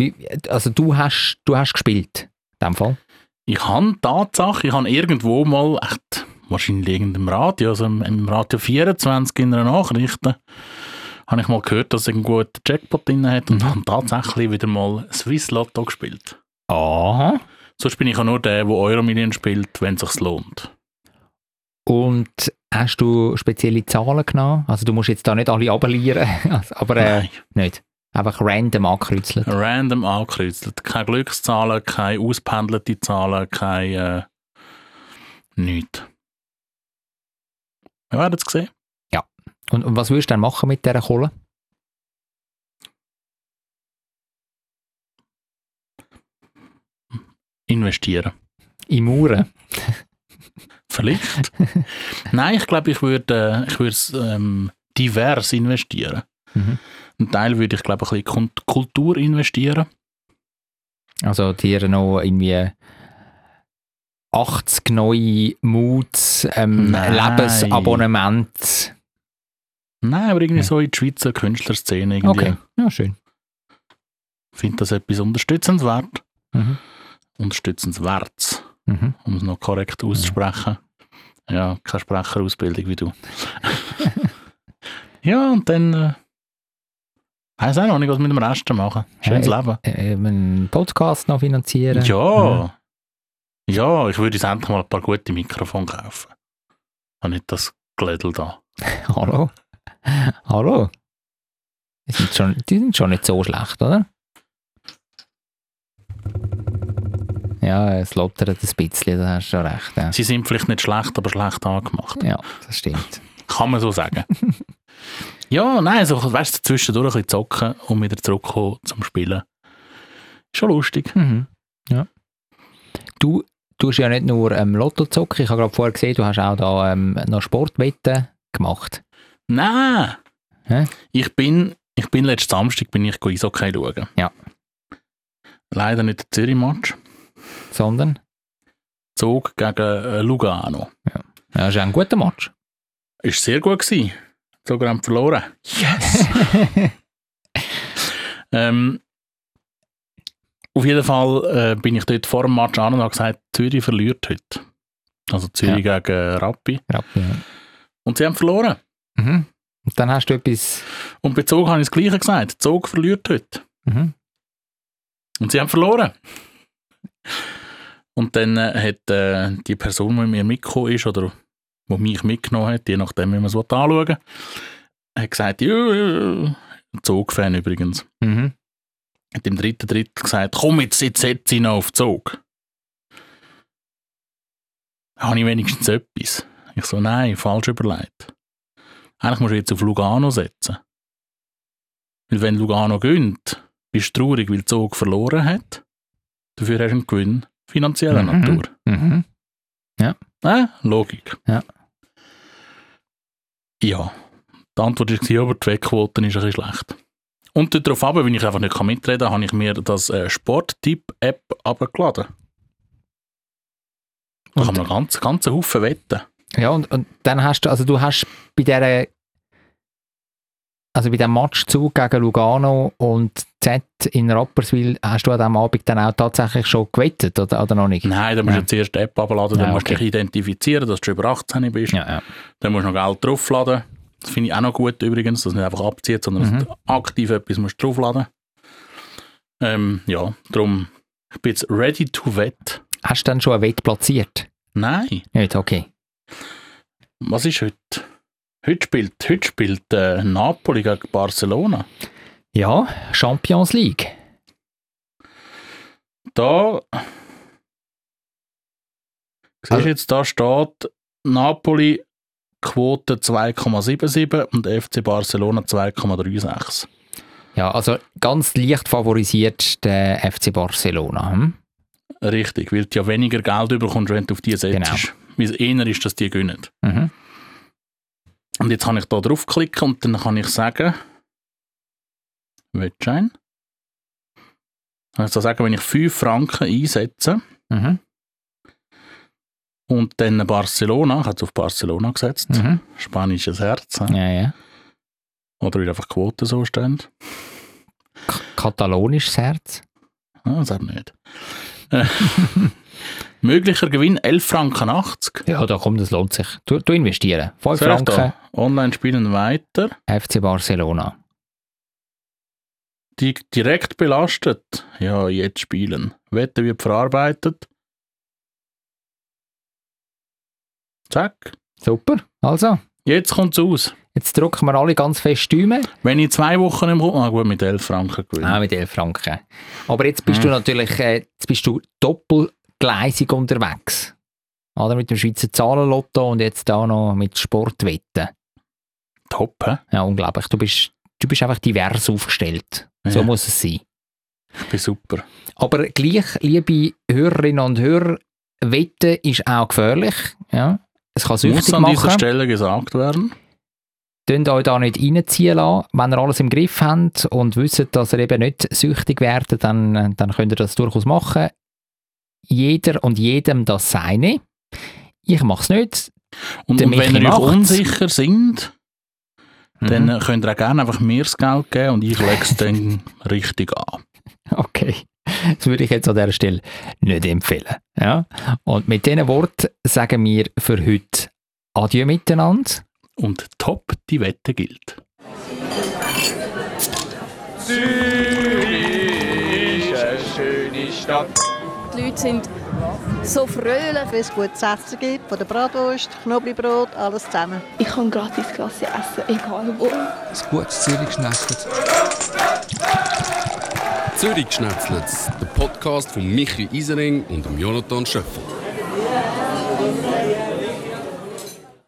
S2: Wie, also du hast, du hast gespielt, in dem Fall.
S1: Ich habe Tatsache, ich habe irgendwo mal, echt, wahrscheinlich irgendeinem Radio, also im, im Radio 24 in einer Nachricht, habe ich mal gehört, dass er einen guten Jackpot drin hat und habe tatsächlich wieder mal Swiss Lotto gespielt.
S2: Aha.
S1: Sonst bin ich ja nur der, der Euromillion spielt, wenn es sich lohnt.
S2: Und hast du spezielle Zahlen genommen? Also du musst jetzt da nicht alle abelieren, *laughs* aber äh,
S1: Nein.
S2: nicht. Einfach random ankreuzeln.
S1: Random angekreuzelt. Keine Glückszahlen, keine auspendelte Zahlen, keine. Äh, nichts. Wir werden es sehen.
S2: Und, und was würdest du dann machen mit dieser Kohle?
S1: Investieren.
S2: Im Mauern? *laughs*
S1: Vielleicht. Nein, ich glaube, ich würde äh, ich würd's, ähm, divers investieren.
S2: Mhm.
S1: Ein Teil würde ich, glaube ich, ein bisschen Kult- Kultur investieren.
S2: Also dir noch irgendwie 80 neue Moods, ähm,
S1: Nein.
S2: Lebensabonnement.
S1: Nein, aber irgendwie
S2: Ja.
S1: so in der Schweizer Künstlerszene. Irgendwie.
S2: Okay, ja schön.
S1: Ich finde das etwas unterstützenswert.
S2: Mhm.
S1: Unterstützenswert,
S2: Mhm.
S1: um es noch korrekt auszusprechen. Ja, keine Sprecherausbildung wie
S2: *laughs*
S1: du. ja, und dann. Äh, weiß auch noch nicht, was mit dem Rest machen. Schönes
S2: Hey.
S1: Leben.
S2: Äh, einen Podcast noch finanzieren.
S1: Ja. Ja, ich würde jetzt endlich mal ein paar gute Mikrofone kaufen. Und nicht das Glädel da.
S2: Mhm. Hallo? Hallo? Die sind, schon, die sind schon nicht so schlecht, oder? Ja, es lottert ein bisschen, da hast du schon recht. Ja,
S1: Sie sind vielleicht nicht schlecht, aber schlecht angemacht.
S2: ja das stimmt.
S1: Kann man so
S2: *laughs*
S1: sagen. ja, nein, so, weißt du, zwischendurch ein bisschen zocken und wieder zurückkommen zum Spielen. Ist Schon lustig.
S2: Mhm. Ja. Du tust ja nicht nur ähm, Lotto zocken, ich habe gerade vorher gesehen, du hast auch da ähm, noch Sportwetten gemacht.
S1: Nein!
S2: Hä?
S1: Ich bin, ich bin letzten Samstag bin ich go Eishockey schauen.
S2: Ja.
S1: Leider nicht der Zürich-Match.
S2: Sondern,
S1: Zug gegen äh, Lugano.
S2: ja, das ist auch ein guter Match.
S1: Ist sehr gut gewesen. Sogar haben verloren. Yes! *laughs* ähm, auf jeden Fall äh, bin ich dort vor dem Match an und habe gesagt, Zürich verliert heute. Also Zürich gegen Rappi.
S2: Ja.
S1: Und sie haben verloren.
S2: Mhm. Und dann hast du etwas...
S1: Und bei Zug habe ich das Gleiche gesagt. Zug verliert heute.
S2: Mhm.
S1: Und sie haben verloren. Und dann äh, hat äh, die Person, die mit mir mitgekommen ist oder die mich mitgenommen hat, je nachdem, wie man es anschauen will, hat gesagt, ja, ja, ja. Zug-Fan übrigens,
S2: Mhm.
S1: hat im dritten Drittel gesagt, komm jetzt, jetzt setz ihn noch auf Zug. Da habe ich wenigstens etwas. Ich so, nein, falsch überlegt. Eigentlich musst du jetzt auf Lugano setzen. Weil wenn Lugano gönnt, bist du traurig, weil Zug verloren hat. Dafür hast du einen Gewinn finanzieller
S2: Mhm.
S1: Natur.
S2: Mhm.
S1: Äh, Logik.
S2: Ja.
S1: Ja. Die Antwort war, ja, aber die Wettquote ist ein bisschen schlecht. Und darauf ab, wenn ich einfach nicht mitreden kann, habe ich mir das äh, Sporttipp-App abgeladen. Da kann man einen ganzen, ganzen Haufen wetten.
S2: Ja, und, und dann hast du, also du hast bei dieser, also bei dem Matchzug gegen Lugano und Z in Rapperswil, hast du an diesem Abend dann auch tatsächlich schon gewettet, oder, oder noch nicht?
S1: Nein, da musst du
S2: Ja.
S1: zuerst die App abladen, dann
S2: Ja,
S1: musst du dich identifizieren, dass du über 18 bist.
S2: Ja, ja.
S1: Dann musst du noch Geld draufladen. Das finde ich auch noch gut übrigens, dass du nicht einfach abzieht, sondern dass du aktiv etwas musst draufladen Ähm, ja, darum, ich bin jetzt ready to wett.
S2: Hast du dann schon eine Wette platziert?
S1: Nein.
S2: Nicht, okay.
S1: Was ist heute? Heute spielt, heute spielt äh, Napoli gegen Barcelona.
S2: Ja, Champions League.
S1: Da. Siehst
S2: Also-
S1: du jetzt, da steht Napoli Quote 2,77 und FC Barcelona 2,36.
S2: Ja, also ganz leicht favorisiert der FC Barcelona. Hm?
S1: Richtig, weil du ja weniger Geld bekommst, wenn du auf die setzt.
S2: Genau.
S1: Weil es eher ist, dass die gönnen.
S2: Mhm.
S1: Und jetzt kann ich da draufklicken und dann kann ich sagen, willst du einen? Kann ich so Also sagen, wenn ich 5 Franken einsetze
S2: Mhm.
S1: und dann Barcelona, ich habe es auf Barcelona gesetzt,
S2: Mhm.
S1: spanisches Herz, hä?
S2: Ja, ja.
S1: oder weil einfach Quoten so stehen.
S2: K Katalonisches Herz.
S1: Ah, das hat nicht. Äh, *laughs* Möglicher Gewinn 11 Franken 80.
S2: Ja, da kommt, das lohnt sich. Du, du investieren. 5
S1: Soll ich da?
S2: Franken,
S1: Online spielen weiter.
S2: FC Barcelona.
S1: Die direkt belastet. Ja, jetzt spielen. Wette wird verarbeitet. Zack.
S2: Super. Also,
S1: Jetzt kommt es aus.
S2: jetzt drücken wir alle ganz fest Stüme.
S1: Wenn ich zwei Wochen im Kunden... Ah gut, mit 11 Franken gewinne.
S2: Ah, mit 11 Franken. Aber jetzt bist
S1: Hm.
S2: du natürlich äh, jetzt bist du doppelgleisig unterwegs. Oder mit dem Schweizer Zahlenlotto und jetzt da noch mit Sportwetten.
S1: Top, hä?
S2: Ja, unglaublich. Du bist, du bist einfach divers aufgestellt. So
S1: Ja.
S2: muss es sein.
S1: Ich bin super.
S2: Aber gleich, liebe Hörerinnen und Hörer, Wetten ist auch gefährlich. Ja. Es kann
S1: Muss
S2: süchtig
S1: an dieser
S2: machen.
S1: Stelle gesagt werden.
S2: Tönt euch da nicht reinziehen lassen. Wenn ihr alles im Griff habt und wisst, dass ihr eben nicht süchtig werdet, dann, äh, dann könnt ihr das durchaus machen. Jeder und jedem das seine. Ich mache es nicht.
S1: Und,
S2: Der
S1: und wenn
S2: Michi
S1: ihr euch
S2: macht's.
S1: unsicher sind, dann
S2: Mhm.
S1: äh, könnt ihr auch gerne einfach mir das Geld geben und ich lege es
S2: *laughs*
S1: dann richtig an.
S2: Okay. Das würde ich jetzt an dieser Stelle nicht empfehlen. Ja? Und mit diesen Worten sagen wir für heute Adieu miteinander.
S1: Und top, die Wette gilt.
S3: Zürich ist eine schöne Stadt.
S4: Die Leute sind so fröhlich.
S5: Wenn es gutes Essen gibt, von der Bratwurst, Knoblauchbrot, alles zusammen.
S6: Ich kann gratis Klasse essen, egal wo.
S7: Ein gutes Zürichschnetzlitz. Zürich Schnetzlitz, der Podcast von Michi Isering und dem Jonathan Schöffel.